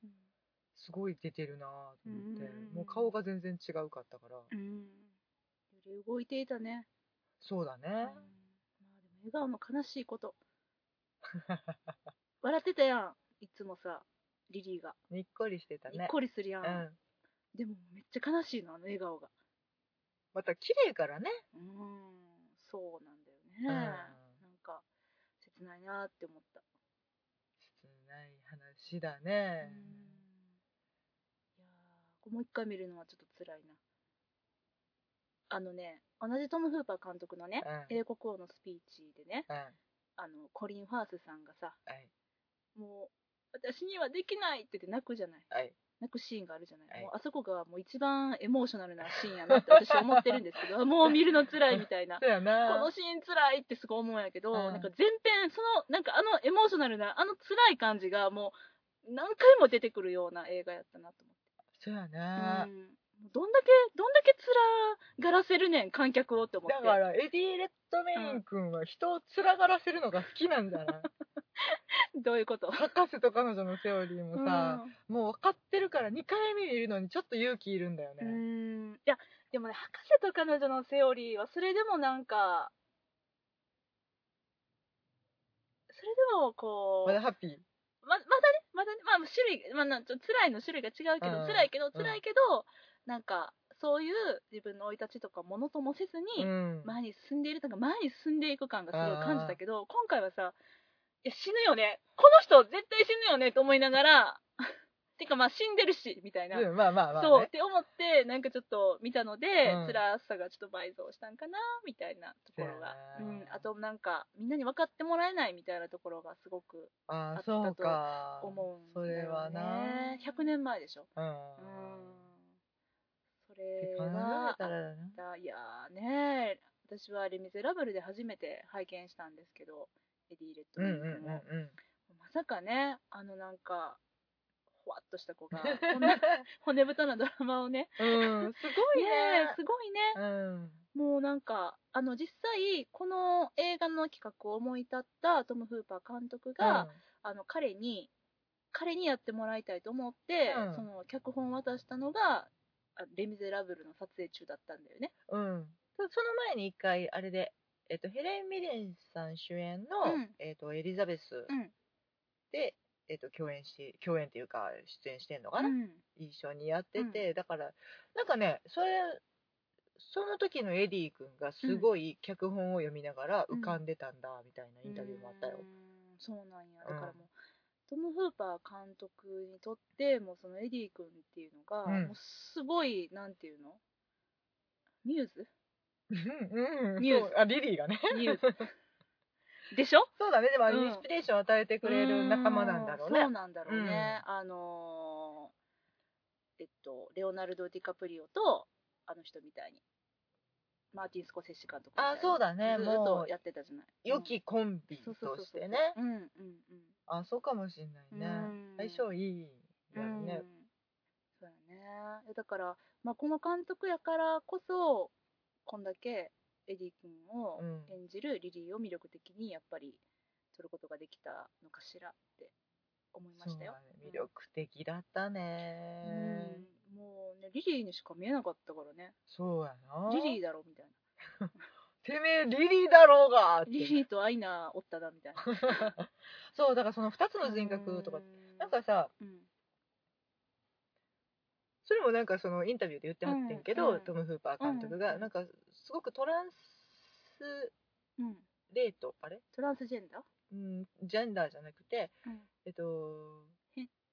S2: すごい出てるなと思って、
S1: うん
S2: もう顔が全然違うかったから、
S1: うん揺れ動いていたね
S2: そうだ
S1: うん
S2: ね
S1: まあ、でも笑顔の悲しい
S2: [laughs]
S1: こと笑ってたやんいつもさリリーが
S2: にっこりしてた
S1: にっ
S2: ね
S1: こりするやん、
S2: うん、
S1: でもめっちゃ悲しいなあの笑顔が
S2: また綺麗からね
S1: うーんそうなんだよね、な
S2: ん
S1: んか切ないなって思った、
S2: 切ない話だ
S1: うーん
S2: ね、
S1: いやーこれもう一回見るのはちょっと辛いなあのね同じトム・フーパー監督のね、
S2: うん
S1: 英国王のスピーチでね
S2: うん
S1: あのコリン・ファースさんがさ
S2: はい
S1: もう私にはできないって言って泣くじゃない
S2: はい
S1: 泣くシーンがあるじゃない、
S2: はい
S1: もうあそこがもう一番エモーショナルなシーンやなって私は思ってるんですけ
S2: [laughs]
S1: どもう見るの辛いみたいな
S2: そうやな
S1: このシーン辛いってすごい思うんやけど、
S2: うん
S1: なんか前編そのなんかあのエモーショナルなあの辛い感じがもう何回も出てくるような映画やったなと
S2: そうや
S1: 思っ
S2: な、
S1: て、うん、どんだけどんだけ辛がらせるねん観客をって思って
S2: だからエディ・レッドメイン君は人をつらがらせるのが好きなん
S1: [laughs]
S2: じゃない
S1: どういうこと
S2: 博士と彼女のセオリーもさ、
S1: うん
S2: もう分かってるから2回目見るのにちょっと勇気いるんだよ
S1: う
S2: ね、
S1: んいやでもね博士と彼女のセオリーはそれでもなんかそれでもこう
S2: まだハッピー
S1: ままだね、まだね、まあ、種類、まあ、なんちょ辛いの種類が違うけど、
S2: うん
S1: 辛いけど、
S2: ん
S1: 辛いけど、なんか、そういう自分の生い立ちとか、ものともせず
S2: う
S1: に、
S2: ん、
S1: 前に進んでいる、なんか前に進んでいく感がすごい感じたけど、今回はさ、いや、死ぬよね、この人、絶対死ぬよねと思いながら、 [laughs] てか、まあ、死んでるし、みたいな。
S2: うんまあまあまあ、ね、
S1: そうって思ってなんかちょっと見たので、
S2: うん
S1: 辛さがちょっと倍増したんかなみたいなところが、、
S2: そううやなん
S1: あとなんかみんなに分かってもらえないみたいなところがすごく
S2: あ
S1: あ
S2: あ
S1: ったと
S2: そうか
S1: 思うん
S2: そ
S1: だよね
S2: れはな
S1: 100年前でしょ
S2: うん、
S1: うんそ
S2: って
S1: れ
S2: 考
S1: は
S2: えたらだない
S1: やーね私は「レ・ミゼラブル」で初めて拝見したんですけどエディ・レッド
S2: うん
S1: メ
S2: う
S1: イ
S2: ん
S1: ン
S2: う
S1: 君も、
S2: んうん
S1: まさかねあのなんかほわっとした子がこんな骨太なドラマをね
S2: うん、すご [laughs] いね。
S1: えすごいね
S2: うん。
S1: もうなんかあの実際この映画の企画を思い立ったトム・フーパー監督が、あの彼に彼にやってもらいたいと思って、
S2: うん
S1: その脚本を渡したのがあ「レ・ミゼラブル」の撮影中だったんだよね。
S2: うん、うん。そその前に一回、あれで、えっと、ヘレン・ミレンさん主演の、
S1: うん
S2: えっと、エリザベス
S1: うん
S2: で、えっと、共演し、共演っていうか、出演してんのかな、
S1: うん
S2: 一緒にやってて、だから、なんかね、それ、その時のエディ君がすごい脚本を読みながら浮かんでたんだみたいなインタビューもあったよ
S1: う。ーんそうなんやだ
S2: うん
S1: からもう、トム・フーパー監督にとってもうそのエディ君っていうのが、
S2: うん
S1: もうすごいなんていうのミュー
S2: [laughs]
S1: ズ
S2: うんうん
S1: ニュース
S2: そうあ、リリーがね。
S1: ミューズ [laughs] でしょ
S2: [laughs] そうだね、でもあれ
S1: うん
S2: インスピレーションを与えてくれる仲間なんだろうね。
S1: ーんそうなんだろうね。あのーえっと、レオナルド・ディカプリオと、あの人みたいに、マーティン・スコセッシ監督みたいな
S2: あそうだね
S1: ずーっ
S2: も
S1: と
S2: う
S1: やってたじゃない。
S2: 良きコンビと
S1: そうそうそう
S2: してね。
S1: うん、うん、
S2: あ、そうかもしんな
S1: う
S2: い
S1: ん。
S2: ね。
S1: うん
S2: 相性いいよ
S1: うん
S2: ね。
S1: そうやね。いやだから、まあ、この監督やからこそ、こんだけエディ君を
S2: うん
S1: 演じるリリーを魅力的にやっぱり撮ることができたのかしらって思いま
S2: そう
S1: した
S2: だね
S1: よ。
S2: 魅力的だったね。
S1: うんもうね、リリーにしか見えなかったからね。
S2: そうやな。
S1: リリーだろみたいな。
S2: てめえリリーだろうがって
S1: リリーとアイナおっただみたいな。
S2: そう、だからその2つの人格とか
S1: う。ん
S2: なんかさ、
S1: うん
S2: それもなんかそのインタビューで言ってはってんけ
S1: うんう
S2: ど、
S1: ん
S2: トム・フーパー監督が、
S1: うん
S2: なんかすごくトランス
S1: うん
S2: レート、あれ
S1: トランスジェンダー
S2: うん、ジェンダーじゃなくて、
S1: うん
S2: えっと、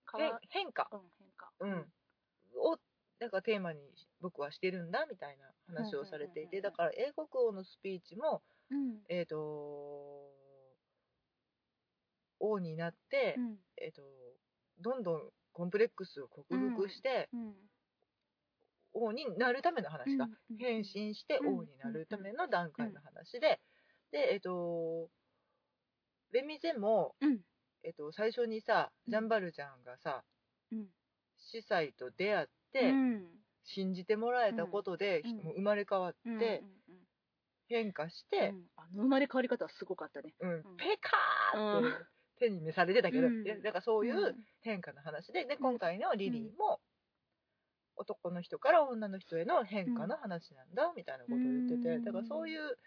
S1: か
S2: 変
S1: わ
S2: 変化。
S1: うん変化。
S2: うん、をだからテーマに僕はしてるんだみたいな話をされていて、
S1: うんうんうんうん
S2: だから英国王のスピーチも、
S1: うん
S2: えー、と王になって、
S1: うん
S2: えー、とどんどんコンプレックスを克服して、
S1: うん
S2: 王になるための話か、
S1: うん
S2: 変身して
S1: うん
S2: 王になるための段階の話で、でえっ、とレミゼも、
S1: うん
S2: えっと最初にさ
S1: うん
S2: ジャンバルジャンがさ
S1: うん
S2: 司祭と出会って、
S1: うん
S2: 信じてもらえたことで、
S1: うん
S2: もう生まれ変わって、
S1: うんうんうん
S2: 変化し
S1: う
S2: て、
S1: ん、あの生まれ変わり方はすごかったね。
S2: うん
S1: ん
S2: ペカーって
S1: う
S2: 手に召されてたけど、
S1: うん
S2: いやだからそうい
S1: ん
S2: う変化の話でで今回のリリーも、男の人から女の人への変化の話なんだ、みたいなことを言ってて、
S1: うん
S2: だからそういう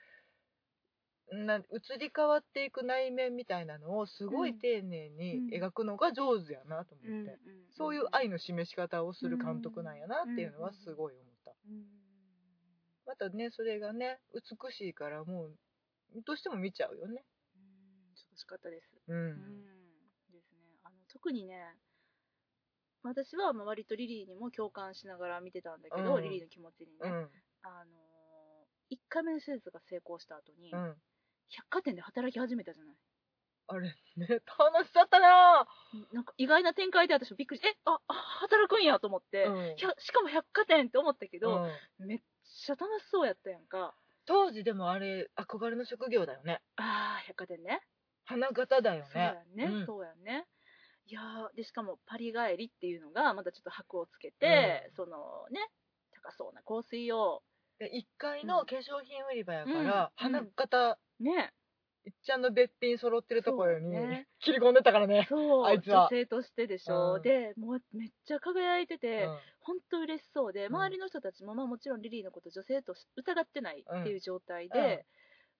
S2: な移り変わっていく内面みたいなのをすごい丁寧に描くのが上手やなと
S1: うん
S2: 思って、
S1: ん
S2: そういう愛の示し方をする監督なんやなっていうのはすごい思った。
S1: うん
S2: またねそれがね美しいからもうどうしても見ちゃうよね
S1: うん素晴らしかったです。
S2: う
S1: うんん、ですね。あの特にね、私はまあ割とリリーにも共感しながら見てたんだけど、
S2: うん
S1: リリーの気持ちにね、
S2: うん
S1: あの1回目の手術が成功した後に、
S2: うん
S1: 百貨店で働き始めたじゃない。
S2: あれね楽しかったな
S1: なんか意外な展開で私もびっくりして、えああ働くんやと思って、
S2: うん
S1: ひゃしかも百貨店って思ったけど、
S2: うん
S1: めっちゃ楽しそうやったやんか。
S2: 当時でもあれ憧れの職業だよね
S1: ああ、百貨店ね。
S2: 花形だよ
S1: そうや
S2: ね
S1: んね、
S2: うん
S1: そうやんね。いやーでしかもパリ帰りっていうのがまたちょっと箔をつけて、
S2: うん
S1: そのね高そうな香水を
S2: で1階の化粧品売り場やから、
S1: うん
S2: 花形
S1: ね
S2: いっちゃんのべっぴん揃ってるところに、
S1: そうね
S2: 切り込んでたからね、
S1: そう
S2: [laughs] あいつは
S1: 女性としてでしょ、
S2: うん
S1: でもうめっちゃ輝いて
S2: う
S1: て、
S2: ん
S1: 本当嬉しそうで
S2: うん
S1: 周りの人たちも、まあ、もちろんリリーのこと女性とし疑ってないっていう状態で、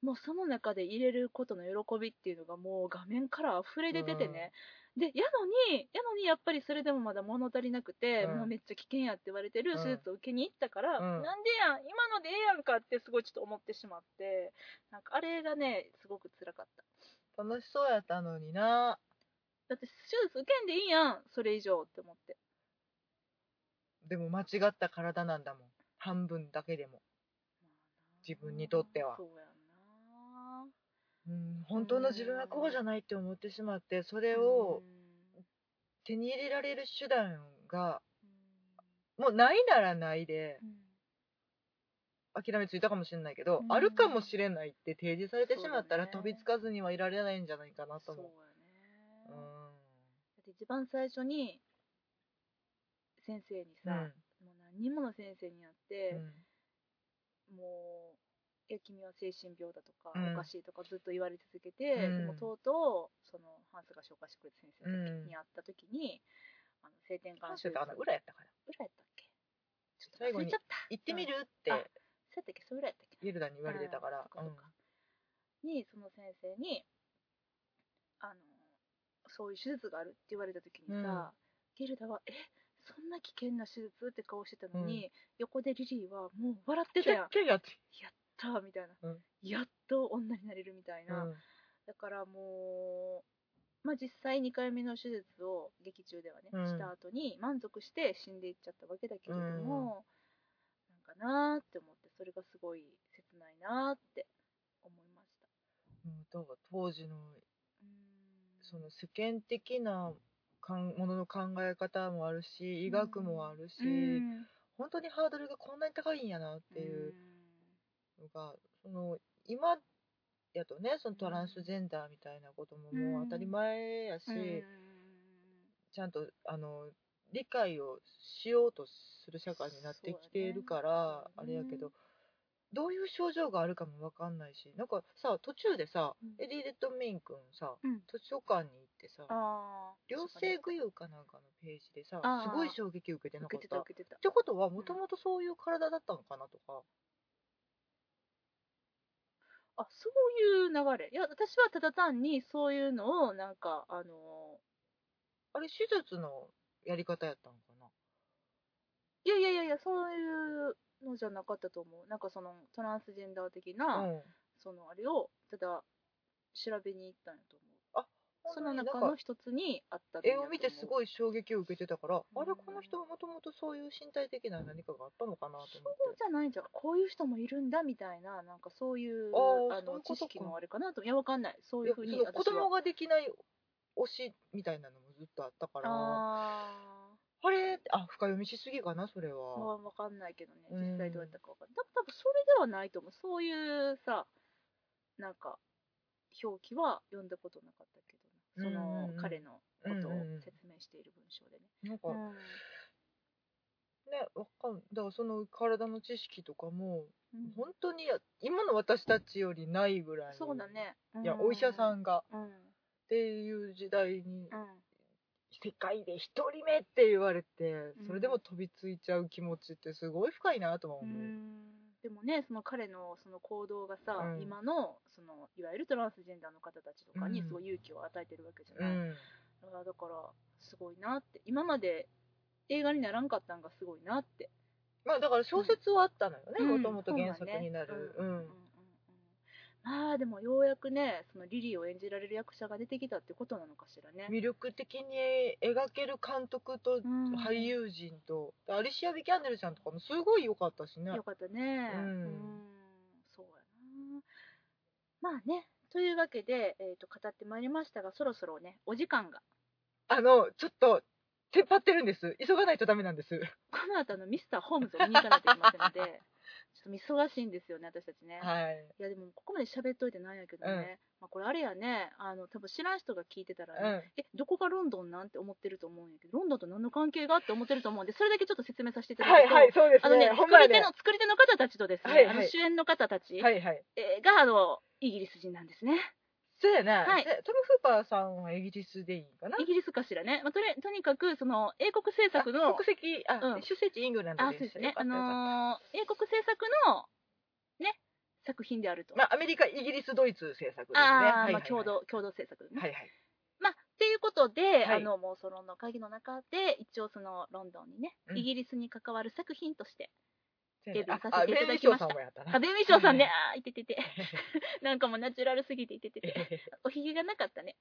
S1: もうその中で入れることの喜びっていうのがもう画面から溢れ出ててね、でやのにやのにやっぱりそれでもまだ物足りなくて、
S2: うん
S1: もうめっちゃ危険やって言われてる
S2: うん
S1: 手術を受けに行ったから、
S2: うん
S1: なんでやん今のでええやんかってすごいちょっと思ってしまってなんかあれがねすごく辛かった
S2: 楽しそうやったのにな
S1: だって手術受けんでいいやんそれ以上って思って
S2: でも間違った体なんだもん半分だけでも、自分にとっては
S1: そうやんな
S2: うん、本当の自分はこうじゃないって思ってしまってそれを
S1: うん
S2: 手に入れられる手段がもうないならないで
S1: うん
S2: 諦めついたかもしれないけど、
S1: うん
S2: あるかもしれないって提示されてしまったら、
S1: そうだ
S2: 飛
S1: ね
S2: びつかずにはいられないんじゃないかな
S1: そ
S2: と
S1: うや
S2: 思う。
S1: ね、だって一番最初に先生に
S2: うん
S1: さ、もう何人もの先生に会っ
S2: う
S1: て、
S2: ん
S1: もう「いや君は精神病だ」とか、
S2: うん
S1: おかしい」とかずっと言われ続けて、
S2: うん
S1: でもとうとうそのハンスが紹介してくれた先生
S2: うん
S1: に会った時に、あの性転換
S2: 感
S1: 手術
S2: 謝ってあの裏やったから
S1: 裏やったっけちょっと
S2: 最後
S1: 忘れ
S2: に
S1: ちゃった
S2: 行ってみるっ
S1: うんあそ
S2: て
S1: うやったっけそう裏やったっけ
S2: ユルダに言われてたか
S1: う
S2: ら、
S1: んそっかそっかにその先生にあのそういう手術があるって言われた時にさ、ゲルダは「えそんな危険な手術?」って顔してたのに、横でリリーはもう笑っ
S2: う
S1: て
S2: ん
S1: たやん
S2: キャッキャやって、
S1: やったーみたいな、
S2: うん
S1: やっと女になれるみたいな、
S2: うん
S1: だからもう、まあ、実際2回目の手術を劇中ではね、
S2: うん
S1: した後に満足して死んでいっちゃったわけだけれども、なんかなーって思ってそれがすごい切ないなーって思いました。
S2: もうだから当時の
S1: うん
S2: その世間的なかんものの考え方もあるし医学もあるし、
S1: うん
S2: 本当にハードルがこんなに高いんやなっていうのが、その今やとねそのトランスジェンダーみたいなことももう当たり前やし、
S1: うんうん
S2: ちゃんとあの理解をしようとする社会になってきているから、
S1: そ
S2: あ
S1: う
S2: れ
S1: だね
S2: やけど。どういう症状があるかもわかんないし、なんかさ、途中でさ、
S1: うん
S2: エリー・レッドメイン君さ、
S1: うん
S2: 図書館に行ってさ、
S1: あー
S2: 両性具有かなんかのページでさ
S1: あー
S2: すごい衝撃受けてな
S1: 受
S2: か
S1: け
S2: ってた
S1: た
S2: っ
S1: 受けてた
S2: てことはもともとそういう体だったのかなとか、
S1: あそういう流れいや私はただ単にそういうのをなんかあの
S2: あれ手術のやり方やったのかない
S1: やいやいやいやそういうのじゃなかったと思うなんかそのトランスジェンダー的な、
S2: うん
S1: そのあれをただ調べに行ったんやと思うそ
S2: な
S1: の
S2: になん
S1: 中
S2: か
S1: の一つにあった
S2: 絵を見てす
S1: い
S2: ごい衝撃を受けてたから、
S1: ん
S2: あれこの人はもともとそういう身体的な何かがあったのかなと思
S1: そう
S2: って
S1: じゃないんじゃんこういう人もいるんだみたいななんかそういう
S2: あー
S1: あ
S2: そ
S1: の
S2: ういうこと
S1: 知
S2: か
S1: 識もあれかなといやわかんないそう
S2: い
S1: い
S2: や
S1: うふうに
S2: その子
S1: 私は
S2: 供ができない推しみたいなのもずっとあったからあ
S1: あ
S2: れあ深読みしすぎかなそれ
S1: あ
S2: は、
S1: わかんないけどね
S2: うん
S1: 実際どうやったかわかんない多分多分それではないと思うそういうさなんか表記は読んだことなかったけどそ
S2: うん
S1: の
S2: うんうん
S1: 彼のこ
S2: う
S1: と
S2: ん
S1: を
S2: うんうん
S1: 説明している文章でね
S2: なんか、ね
S1: うん
S2: わかんだからその体の知識とかも
S1: うん
S2: 本当に今の私たちよりないぐらい
S1: そうだね
S2: いやお医者さ
S1: ん
S2: んがっ
S1: うんうん
S2: ていう時代に
S1: うん
S2: 世界で一人目って言われてそれでも飛びついちゃう気持ちってすごい深いなとは
S1: う
S2: 思う、
S1: んでもねその彼のその行動がさ、
S2: うん
S1: 今のそのいわゆるトランスジェンダーの方たちとかに
S2: うん
S1: すごい勇気を与えてるわけじゃ
S2: う
S1: ない、
S2: ん
S1: あーだからすごいなって今まで映画にならんかったんがすごいなって、
S2: まあだから小説はあったのよね、
S1: うん
S2: もともと原作になる、
S1: う
S2: うんん
S1: うんうんうんまあでもようやくねそのリリーを演じられる役者が出てきたってことなのかしらね、
S2: 魅力的に描ける監督と
S1: うん
S2: 俳優陣と、アリシア・ビキャンデルちゃんとかもすごい良かったしね
S1: よかったね。う
S2: うん
S1: ん、そうやな。まあね、というわけで、えー、と語ってまいりましたが、そろそろね、お時間が。
S2: あのちょっとテンパってるんです急がないとダメなんです
S1: この後あのミスターホームズを見に行かないといけませんの
S2: [laughs]
S1: で、ちょっと忙しいんですよね、私たちね。
S2: はい
S1: いやでもここまで喋っといてないんやけどね、
S2: うん
S1: まあ、これあれやねあの多分知らん人が聞いてたらね、
S2: うん
S1: えどこがロンドンなんて思ってると思うんやけどロンドンと何の関係がって思ってると思うんでそれだけちょっと説明させていただ
S2: は
S1: く
S2: い
S1: と、
S2: はいそうです
S1: あのね
S2: ねほん
S1: 作
S2: ま
S1: り
S2: や
S1: 手
S2: ね
S1: の作り手の方たちとですね、
S2: はいはい
S1: あの主演の方たち、
S2: はいはい
S1: えーがあのイギリス人なんですね
S2: そうやね、
S1: はい
S2: でトム・フーパーさんはイギリスでいいんかな
S1: イギリスかしらね、まあ、とりとにかくその英国制作の
S2: あ国籍あ、
S1: うん
S2: 出生地イングランド
S1: あ
S2: で
S1: そう
S2: す
S1: ですね
S2: よか
S1: あ
S2: ったよかっ
S1: のー英国制作のね作品であると、
S2: たまあアメリカイギリスドイツ制作ですね
S1: あ
S2: は
S1: ー
S2: い
S1: まあ
S2: はい
S1: 共同共同制作ね、
S2: はいはい
S1: まあっていうことで、
S2: い
S1: あの妄想論の会議の中で一応そのロンドンにね、
S2: うん
S1: イギリスに関わる作品として
S2: そう
S1: デ
S2: や
S1: ビュー
S2: ね
S1: さ
S2: あ
S1: せ
S2: あ
S1: てい
S2: ベ
S1: た
S2: ン・
S1: だ
S2: ミ
S1: き
S2: ショ
S1: まし
S2: ー
S1: た
S2: さんもやったな
S1: アベミショーさん
S2: [laughs]
S1: ね、あーいててて [laughs] なんかもうナチュラルすぎていててておひげがなかったね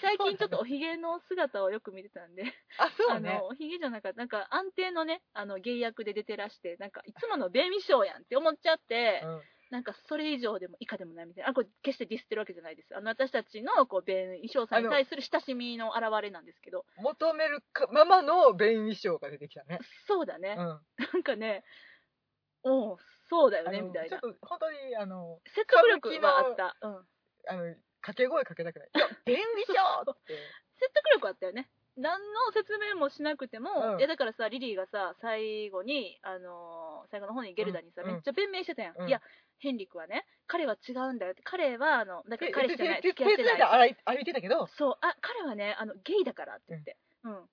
S1: 最近ちょっとおひげの姿をよく見てたんで
S2: あ、そう
S1: あ
S2: ね
S1: の。おひげじゃなかったなんか安定のねあの芸役で出てらしてなんかいつものベーミショーやんって思っちゃって、
S2: うん
S1: なんかそれ以上でも以下でもないみたいなあこれ決してディスってるわけじゃないですあの私たちのこうベーミショーさんに対する親しみの表れなんですけど
S2: 求めるかままのベイン衣装が出てきたね。
S1: そうだ
S2: う
S1: ね
S2: ん、、あ
S1: なんかねおうそうだよね
S2: の
S1: みたい
S2: ちょ
S1: な
S2: っと本当にあの
S1: 説得力はあった、うん、
S2: あの掛け声かけたくない。
S1: [laughs]
S2: いやベイン衣装って。
S1: 説得力あったよね何の説明もしなくても、
S2: うん
S1: いやだからさリリーがさ最後に、あのー最後の方にゲルダにさ、
S2: うん
S1: めっちゃ弁明してたやん、
S2: うん
S1: いやヘンリクはね彼は違うんだよって彼はあのだから [laughs] 彼氏じゃない
S2: でで
S1: 付き合って
S2: で手つ
S1: ない
S2: いで歩い歩いてたけど。
S1: そうあ彼はねあのゲイだからって言ってうん、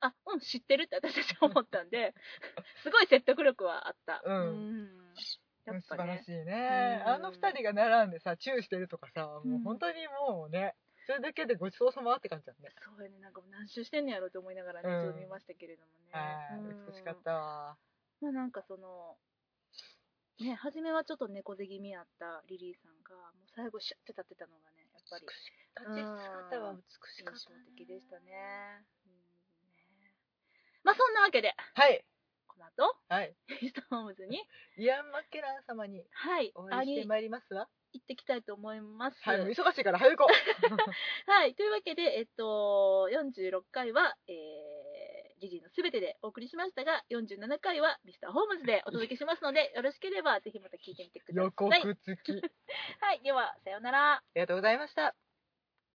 S1: あうん知ってるって私たちは思ったん
S2: [laughs]
S1: ですごい説得力はあった
S2: うん
S1: んやっ
S2: 素
S1: ぱ
S2: 晴ら
S1: ね
S2: しいね。
S1: うん
S2: あの二人が並んでさ、チューしてるとかさ、も
S1: うん
S2: う本当にもうね、それだけでごちそうさまって感じだね。
S1: そうやねなんかもう何周してんねやろって思いながらね、
S2: うん
S1: ちょっと見ましたけれどもね
S2: はい、
S1: うん
S2: 美しかったわ。
S1: まあなんかその、ね、初めはちょっと猫背気味やったリリーさんが、もう最後シュッて立ってたのがね、やっぱり
S2: 立ち姿は美し
S1: 印
S2: か
S1: 象
S2: ったね。
S1: 的でしたね。うんねまあそんなわけで、
S2: はい、
S1: この後、 [laughs]
S2: はい。
S1: ベイストホームズに、
S2: イアン・マッケラン様に
S1: はい、
S2: お
S1: あ
S2: 会いして
S1: り
S2: まいりますわ。
S1: 行ってきたいと思います。
S2: はい、もう忙しいから早く行こ
S1: はい、というわけで、えっと、46回は、えー、リリーのすべてでお送りしましたが、47回はミスターホームズでお届けしますので、よろしければぜひまた聞いてみてく
S2: う。
S1: ださい。
S2: 予告付き。
S1: はい、では、さようなら。
S2: ありがとうございました。